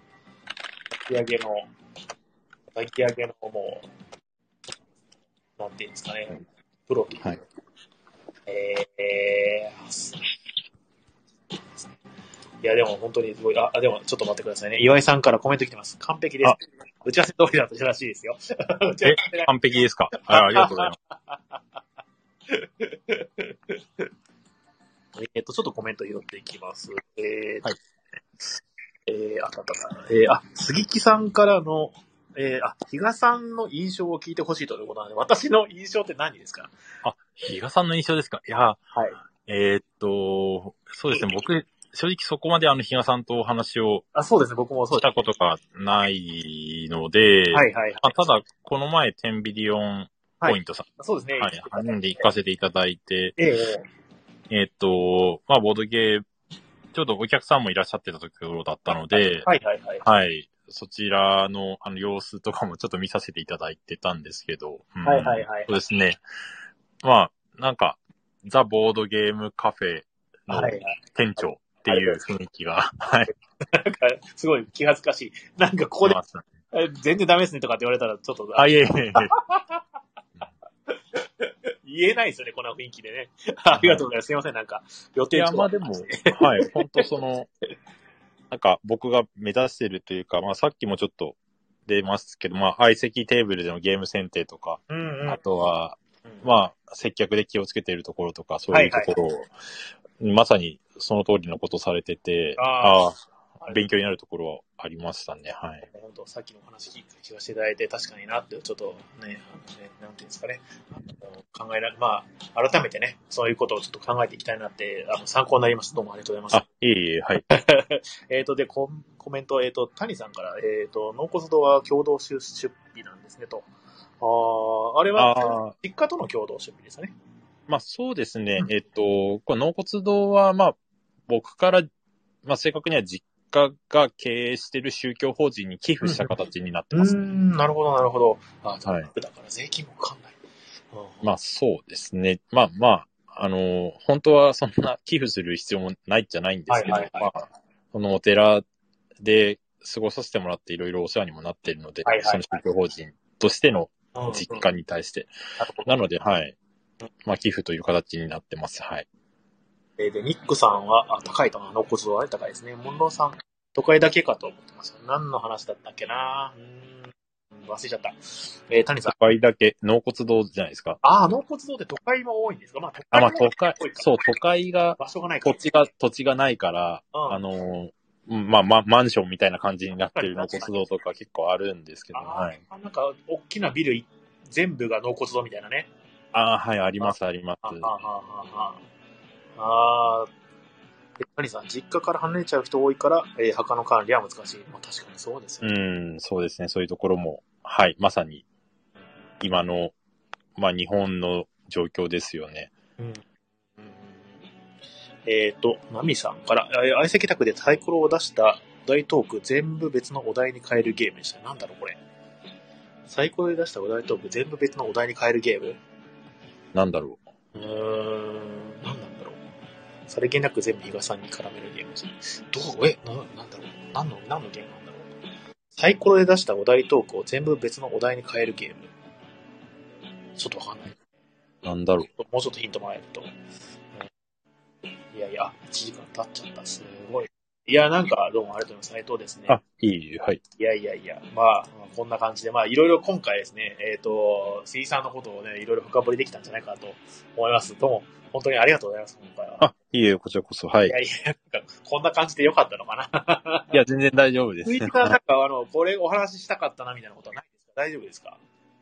Speaker 1: う、焼き上げの、焼き上げのもう、なんていうんですかね、プロとうか
Speaker 2: はい。
Speaker 1: えー、すいや、でも本当にすごい、あ、あでもちょっと待ってくださいね。岩井さんからコメント来てます。完璧で
Speaker 2: あ
Speaker 1: す。打ち合わせ通りだったらしいですよ。 打ち合わせない
Speaker 2: 完璧ですかあありがとうございます。
Speaker 1: えっ、と、ちょっとコメント拾っていきます。えーと
Speaker 2: はい
Speaker 1: えー、あったあったあった。えー、あ、杉木さんからの、えー、あ、比嘉さんの印象を聞いてほしいということなんで、私の印象って何ですか
Speaker 2: 比嘉さんの印象ですかいや、
Speaker 1: はい。
Speaker 2: えーっと、そうですね、僕、正直そこまであの、比嘉さんとお話を
Speaker 1: あ、そうですね、僕もそう
Speaker 2: し
Speaker 1: で
Speaker 2: たことがないので、
Speaker 1: す。はいはい。
Speaker 2: まあ、ただ、この前、テンビリオンポイントさん、
Speaker 1: そうですね。
Speaker 2: はい、初めて行かせていただいて、
Speaker 1: ええ
Speaker 2: えーっと、まあ、ボードゲー、ちょうどお客さんもいらっしゃってたところだったので、
Speaker 1: はいはいはい。は
Speaker 2: はい、そちらの、あの、様子とかもちょっと見させていただいてたんですけど、うん
Speaker 1: はいはいはい
Speaker 2: そうですね。まあ、なんか、ザ・ボードゲームカフェ
Speaker 1: い
Speaker 2: の
Speaker 1: はい。
Speaker 2: 店長っていう雰囲気が、はい、
Speaker 1: なんか、すごい気恥ずかしい。なんか、ここで
Speaker 2: 出、ますね
Speaker 1: え全然ダメですねとかって言われたら、ちょっと、
Speaker 2: あ、いえいえいえ。
Speaker 1: 言えないですよね、こんな雰囲気でね。ありがとうございます。すいません、なんか、予
Speaker 2: い
Speaker 1: 定
Speaker 2: や、
Speaker 1: 調
Speaker 2: まあ
Speaker 1: 和
Speaker 2: でも、はい、本当その、なんか僕が目指してるというか、まあさっきもちょっと出ますけど、まあ相席テーブルでのゲーム選定とか、
Speaker 1: うんうん。
Speaker 2: あとは、
Speaker 1: まあ、
Speaker 2: まあ接客で気をつけているところとか、そういうところを、まさにその通りのことされてて、
Speaker 1: あ
Speaker 2: ああ勉強になるところはありましたね、はい。
Speaker 1: 本当、さっきのお話聞聞かせていただいて、確かになって、ちょっとね、あのねなんていうんですかね、あの考えられ、まあ、改めてね、そういうことをちょっと考えていきたいなって、あの参考になりました。どうもありがとうございま
Speaker 2: あ、いえいえ、はい。
Speaker 1: す。えっと、で、コンコメント、えっ、と、谷さんから、えっ、と、納骨堂は共同出出費なんですね、と。ああ、あれは、
Speaker 2: ああ、
Speaker 1: 実家との共同出費ですよね。
Speaker 2: まあそうですね
Speaker 1: う、ん
Speaker 2: えっと、これ納骨堂は、まあ僕から、まあ正確には実家が経営している宗教法人に寄付した形になって
Speaker 1: う
Speaker 2: ます
Speaker 1: ー。ん、なるほど、なるほど。ああ、
Speaker 2: はい
Speaker 1: だから税金もかかんない。うん
Speaker 2: まあそうですね。まあまあ、あの、本当はそんな寄付する必要もないじゃないんですけど、
Speaker 1: はいはいはい
Speaker 2: まあ、そのお寺で過ごさせてもらっていろいろお世話にもなっているので、
Speaker 1: はいはいはい
Speaker 2: その宗教法人としての
Speaker 1: うんうん
Speaker 2: 実家に対して。
Speaker 1: なるほど
Speaker 2: なので、はい。まあ寄付という形になってます。はい。
Speaker 1: えーで、ニックさんは、あ、高いと思う。納骨堂はね高いですね。モンローさん、都会だけかと思ってました。何の話だったっけなうーん。忘れちゃった。えー、谷さん
Speaker 2: 都。会だけ、納骨堂じゃないですか。
Speaker 1: ああ、納骨堂って都会も多いんですかまあ、都
Speaker 2: あ、
Speaker 1: 会
Speaker 2: まあ、
Speaker 1: も
Speaker 2: 都会
Speaker 1: 多い、か
Speaker 2: そう、都会が、
Speaker 1: 場所がないか
Speaker 2: 土
Speaker 1: ら。
Speaker 2: 地が、土地がないから、
Speaker 1: うん
Speaker 2: あの、うんまあ、まあ、マンションみたいな感じになってる納骨堂とか結構あるんですけど、
Speaker 1: あ
Speaker 2: はい。
Speaker 1: ーなんか、大きなビルい全部が納骨堂みたいなね。
Speaker 2: ああ、はい、あります、ありま
Speaker 1: あ
Speaker 2: す
Speaker 1: ー。あー、あーあー、あーえ谷さん、実家から離れちゃう人多いから、えー墓の管理は難しい。まあ、確かにそうですよね。
Speaker 2: うん、そうですね、そういうところも、はい、まさに、今の、まあ、日本の状況ですよね。
Speaker 1: うんえっ、と、ナミさんから、えー相席宅でサイコロを出したお題トーク全部別のお題に変えるゲームでした。なんだろう、これ。サイコロで出したお題トーク全部別のお題に変えるゲーム
Speaker 2: なんだろう。
Speaker 1: うーん、なんなんだろう。さりげなく全部比嘉さんに絡めるゲームです。どうえな、なんだろう。何の、何のゲームなんだろう。サイコロで出したお題トークを全部別のお題に変えるゲーム。ちょっとわかんない。
Speaker 2: なんだろう。
Speaker 1: もうちょっとヒントもらえると。いやいや、1時間経っちゃった。すごい。いや、なんか、どうもありがとうございます。斉藤ですね。
Speaker 2: あ、いい、はい。
Speaker 1: いやいやいや、まあ、まあこんな感じで、まあ、いろいろ今回ですね、えっ、と、杉さんのことをね、いろいろ深掘りできたんじゃないかなと思います。どうも、本当にありがとうございます、今回は。
Speaker 2: あ、いいえ、こちらこそ、はい
Speaker 1: い。やいや、なんか、こんな感じでよかったのかな。
Speaker 2: いや、全然大丈夫です。
Speaker 1: ツイッターなんか、あの、これお話ししたかったな、みたいなことはないですか大丈夫ですか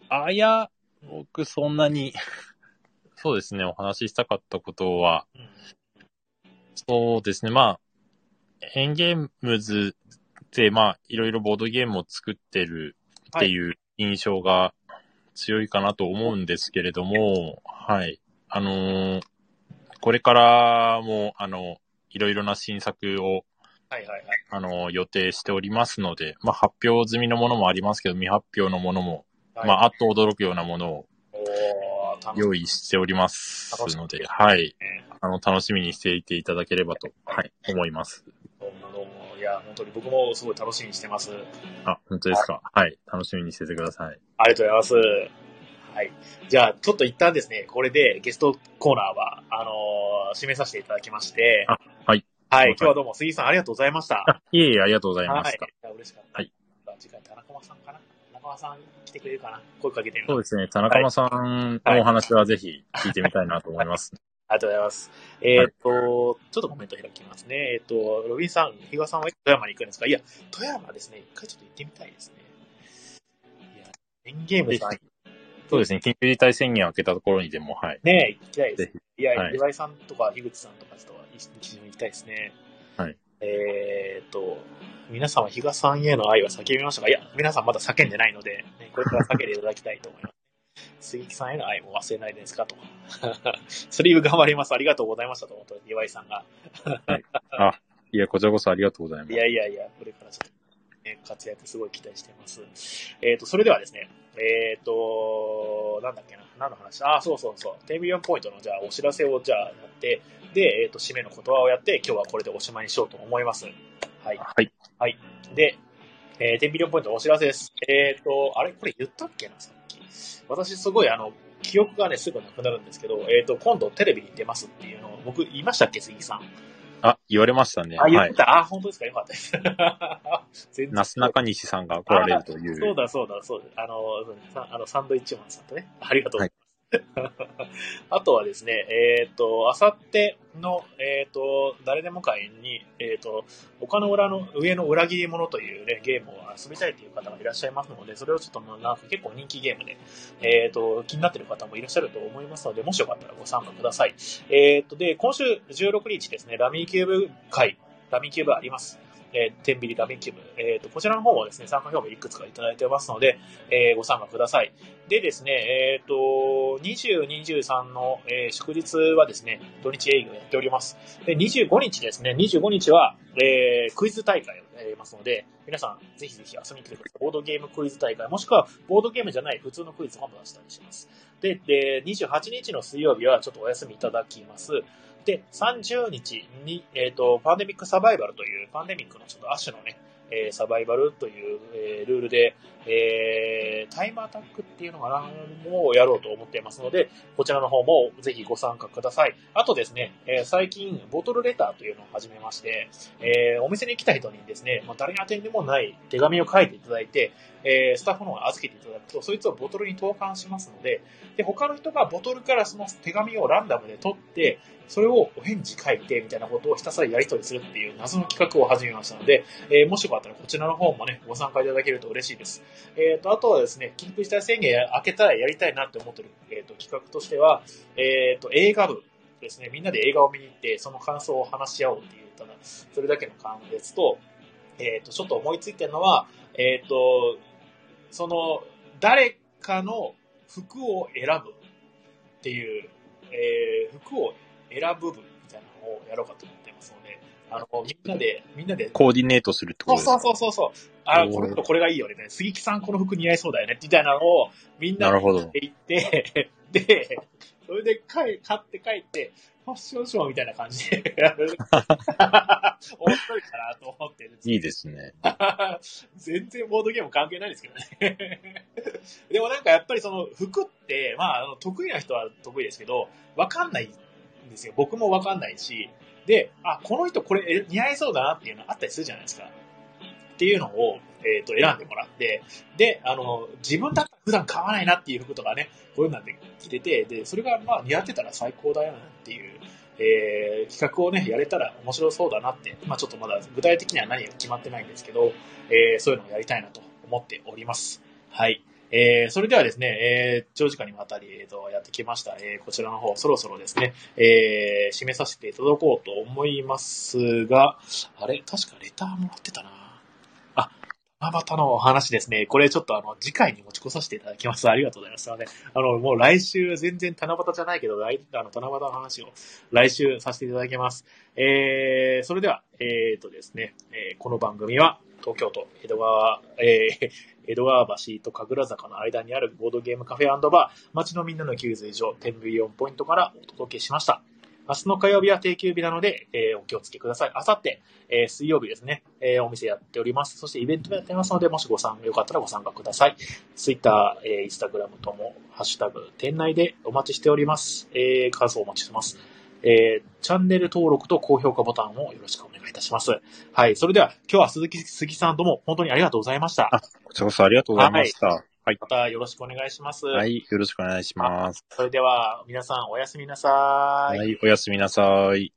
Speaker 2: あいや、僕そんなに、 そうですね、お話ししたかったことは、
Speaker 1: うん。
Speaker 2: そうですね、まあ、エンゲームズって、まあ、いろいろボードゲームを作ってるっていう印象が強いかなと思うんですけれども、はい。あのーこれからも、あの、いろいろな新作を、
Speaker 1: はいはいはい。
Speaker 2: あの、予定しておりますので、まあ、発表済みのものもありますけど、未発表のものも、
Speaker 1: はい、
Speaker 2: まあ、あっと驚くようなものを
Speaker 1: おー、楽しみ
Speaker 2: 用意しております
Speaker 1: 楽しみ
Speaker 2: ので、はい。あの、楽しみにしていていただければと、はい、思います。
Speaker 1: どうもどうも。いや、本当に僕もすごい楽しみにしてます。
Speaker 2: あ、本当ですか。はい。楽しみにしててください。
Speaker 1: ありがとうございます。はい。じゃあ、ちょっと一旦ですね、これでゲストコーナーは、あのー締めさせていただきまして。
Speaker 2: あはい。
Speaker 1: はい。
Speaker 2: 了解
Speaker 1: 今日はどうも、杉井さんありがとうございました。
Speaker 2: あ、いえいえ、ありがとうござい
Speaker 1: は
Speaker 2: ま
Speaker 1: い
Speaker 2: した。。
Speaker 1: いや嬉しかった。
Speaker 2: はい。
Speaker 1: 次回、田中間さんかな田中間さん来てくれるかな声かけてみ
Speaker 2: そう
Speaker 1: ます。
Speaker 2: ですね。田中間さんのお話はぜひ聞いてみたいなと思います。
Speaker 1: ありがとうございます。えーっと、ちょっとコメント開きますね。えーっと、ロビンさん、比嘉さんは富山に行くんですかいや、富山ですね、一回ちょっと行ってみたいですね。いや、エンゲームさん
Speaker 2: ぜそうですね。緊急事態宣言を開けたところにでも、はい。
Speaker 1: ねえ、行きたいです
Speaker 2: ぜ。
Speaker 1: いや、
Speaker 2: はい
Speaker 1: 岩井さんとか、樋口さんとかとは一緒に行きたいですね。
Speaker 2: はい。
Speaker 1: えーっと、皆さんは比嘉さんへの愛は叫びましたかいや、皆さんまだ叫んでないので、ね、これから叫んでいただきたいと思います。 杉木さんへの愛も忘れないですかと。 それ頑張ります。ありがとうございましたと、本当に岩井さんが。
Speaker 2: いや、こちらこそありがとうございます
Speaker 1: い。やいやいや、これからちょっと、ね、活躍すごい期待してます。えっ、と、それではですね、えっ、と、なんだっけな、何の話あ、そうそうそう、10ミリオンポイントの、じゃあ、お知らせを、じゃあ、やって、で、えっ、と、締めの言葉をやって、今日はこれでおしまいにしようと思います。はい。
Speaker 2: はい。
Speaker 1: で、えー、10ミリオンポイントのお知らせです。えっ、と、あれこれ言ったっけな、さっき。私、すごい、あの、記憶がね、すぐなくなるんですけど、えっ、と、今度テレビに出ますっていうのを、僕、言いましたっけ、杉井さん。
Speaker 2: あ、言われましたね。
Speaker 1: あ、言
Speaker 2: は
Speaker 1: っ
Speaker 2: い。
Speaker 1: た、あ、本当ですかよかったです。 全然
Speaker 2: なすなかにしさんが来られるとい
Speaker 1: そう
Speaker 2: う。
Speaker 1: だそうだそうだ。あの、さあのサンドイッチマンさんとね、ありがとうございます。 あとはですね、えっ、と、あさっての、えっ、と、誰でも会に、えっ、と、丘の裏の上の裏切り者というね、ゲームを遊びたいという方がいらっしゃいますので、それをちょっともうなんか結構人気ゲームで、えっ、と、気になってる方もいらっしゃると思いますので、もしよかったらご参加ください。えっ、と、で、今週16日ですね、ラミーキューブ会、ラミーキューブあります。えー、天秤ラメキューブ、えーと、こちらの方もですね、参加表明いくつかいただいてますので、えーご参加ください。でですね、えっ、と、20、23の、えー祝日はですね、土日営業やっております。で、25日ですね、25日は、えークイズ大会をやりますので、皆さん、ぜひぜひ遊びに来てください。ボードゲームクイズ大会、もしくは、ボードゲームじゃない普通のクイズも出したりします。で、で、28日の水曜日はちょっとお休みいただきます。で、30日に、えっ、と、パンデミックサバイバルという、パンデミックのちょっと亜種のね、えーサバイバルという、えールールで、えータイムアタックっていうのかな、をやろうと思っていますので、こちらの方もぜひご参加ください。あとですね、えー最近、ボトルレターというのを始めまして、えーお店に来た人にですね、まあ、誰に宛てにもない手紙を書いていただいて、えースタッフの方に預けていただくと、そいつをボトルに投函しますので、で、他の人がボトルからその手紙をランダムで取って、それをお返事書いてみたいなことをひたすらやり取りするっていう謎の企画を始めましたので、えーもしよかったらこちらの方もね、ご参加いただけると嬉しいです。えっ、と、あとはですね、緊急事態宣言明けたらやりたいなって思ってる、えーと企画としては、えっ、と、映画部ですね、みんなで映画を見に行って、その感想を話し合おうっていう、ただ、それだけの感じと、えっ、と、ちょっと思いついてるのは、えっ、と、その、誰かの服を選ぶっていう、えー服を選ぶ部みたいなのをやろうかと思ってますので、あの、みんなで、みんなで、
Speaker 2: コーディネートするってこ
Speaker 1: そ
Speaker 2: と
Speaker 1: う
Speaker 2: です
Speaker 1: そうそ
Speaker 2: か
Speaker 1: うそうそう、あ、
Speaker 2: おー
Speaker 1: これとこれがいいよね。杉木さんこの服似合いそうだよね、みたいなのをみんなで
Speaker 2: なるほど。
Speaker 1: 行って、で、それでかい買って帰って、ファッションショーみたいな感じでや る。面白いかなと思ってるんですけど
Speaker 2: いいですね。
Speaker 1: 全然ボードゲーム関係ないですけどね。 でもなんかやっぱりその服って、まああの得意な人は得意ですけど、わかんないんですよ。僕もわかんないし。で、あ、この人これえ似合いそうだなっていうのあったりするじゃないですか。っていうのを、えっ、と、選んでもらって、で、あの、自分だったら普段買わないなっていう服とかね、こういうなんで着てて、で、それがまあ似合ってたら最高だよなっていう、えー企画をね、やれたら面白そうだなって、まあちょっとまだ具体的には何が決まってないんですけど、えーそういうのをやりたいなと思っております。はい。えーそれではですね、えー長時間にわたり、えーと、やってきました、えーこちらの方、そろそろですね、えー締めさせていただこうと思いますが、あれ確かレターもらってたなあ、七夕のお話ですね。これちょっとあの、次回に持ち越させていただきます。ありがとうございます。なので、あの、もう来週、全然七夕じゃないけど、来あの、七夕の話を来週させていただきます。えー、それでは、えーとですね、えーこの番組は東京都江戸川、えー、 江戸川橋と神楽坂の間にあるボードゲームカフェバー、街のみんなの給水所、天秤4ポイントからお届けしました。明日の火曜日は定休日なので、えーお気をつけください。あさって、えー水曜日ですね、えーお店やっております。そしてイベントもやってますので、もしご参加、よかったらご参加ください。ツイッター、えー、インスタグラムとも、ハッシュタグ、店内でお待ちしております。えー感想お待ちしてます。えーチャンネル登録と高評価ボタンをよろしくお願いいたします。はい。それでは、今日は鈴木杉さんどうも本当にありがとうございました。
Speaker 2: あこちらこそありがとうございました。はい。
Speaker 1: またよろしくお願いします。
Speaker 2: はい。よろしくお願いします。
Speaker 1: それでは、皆さんおやすみなさい。
Speaker 2: はい。おやすみなさい。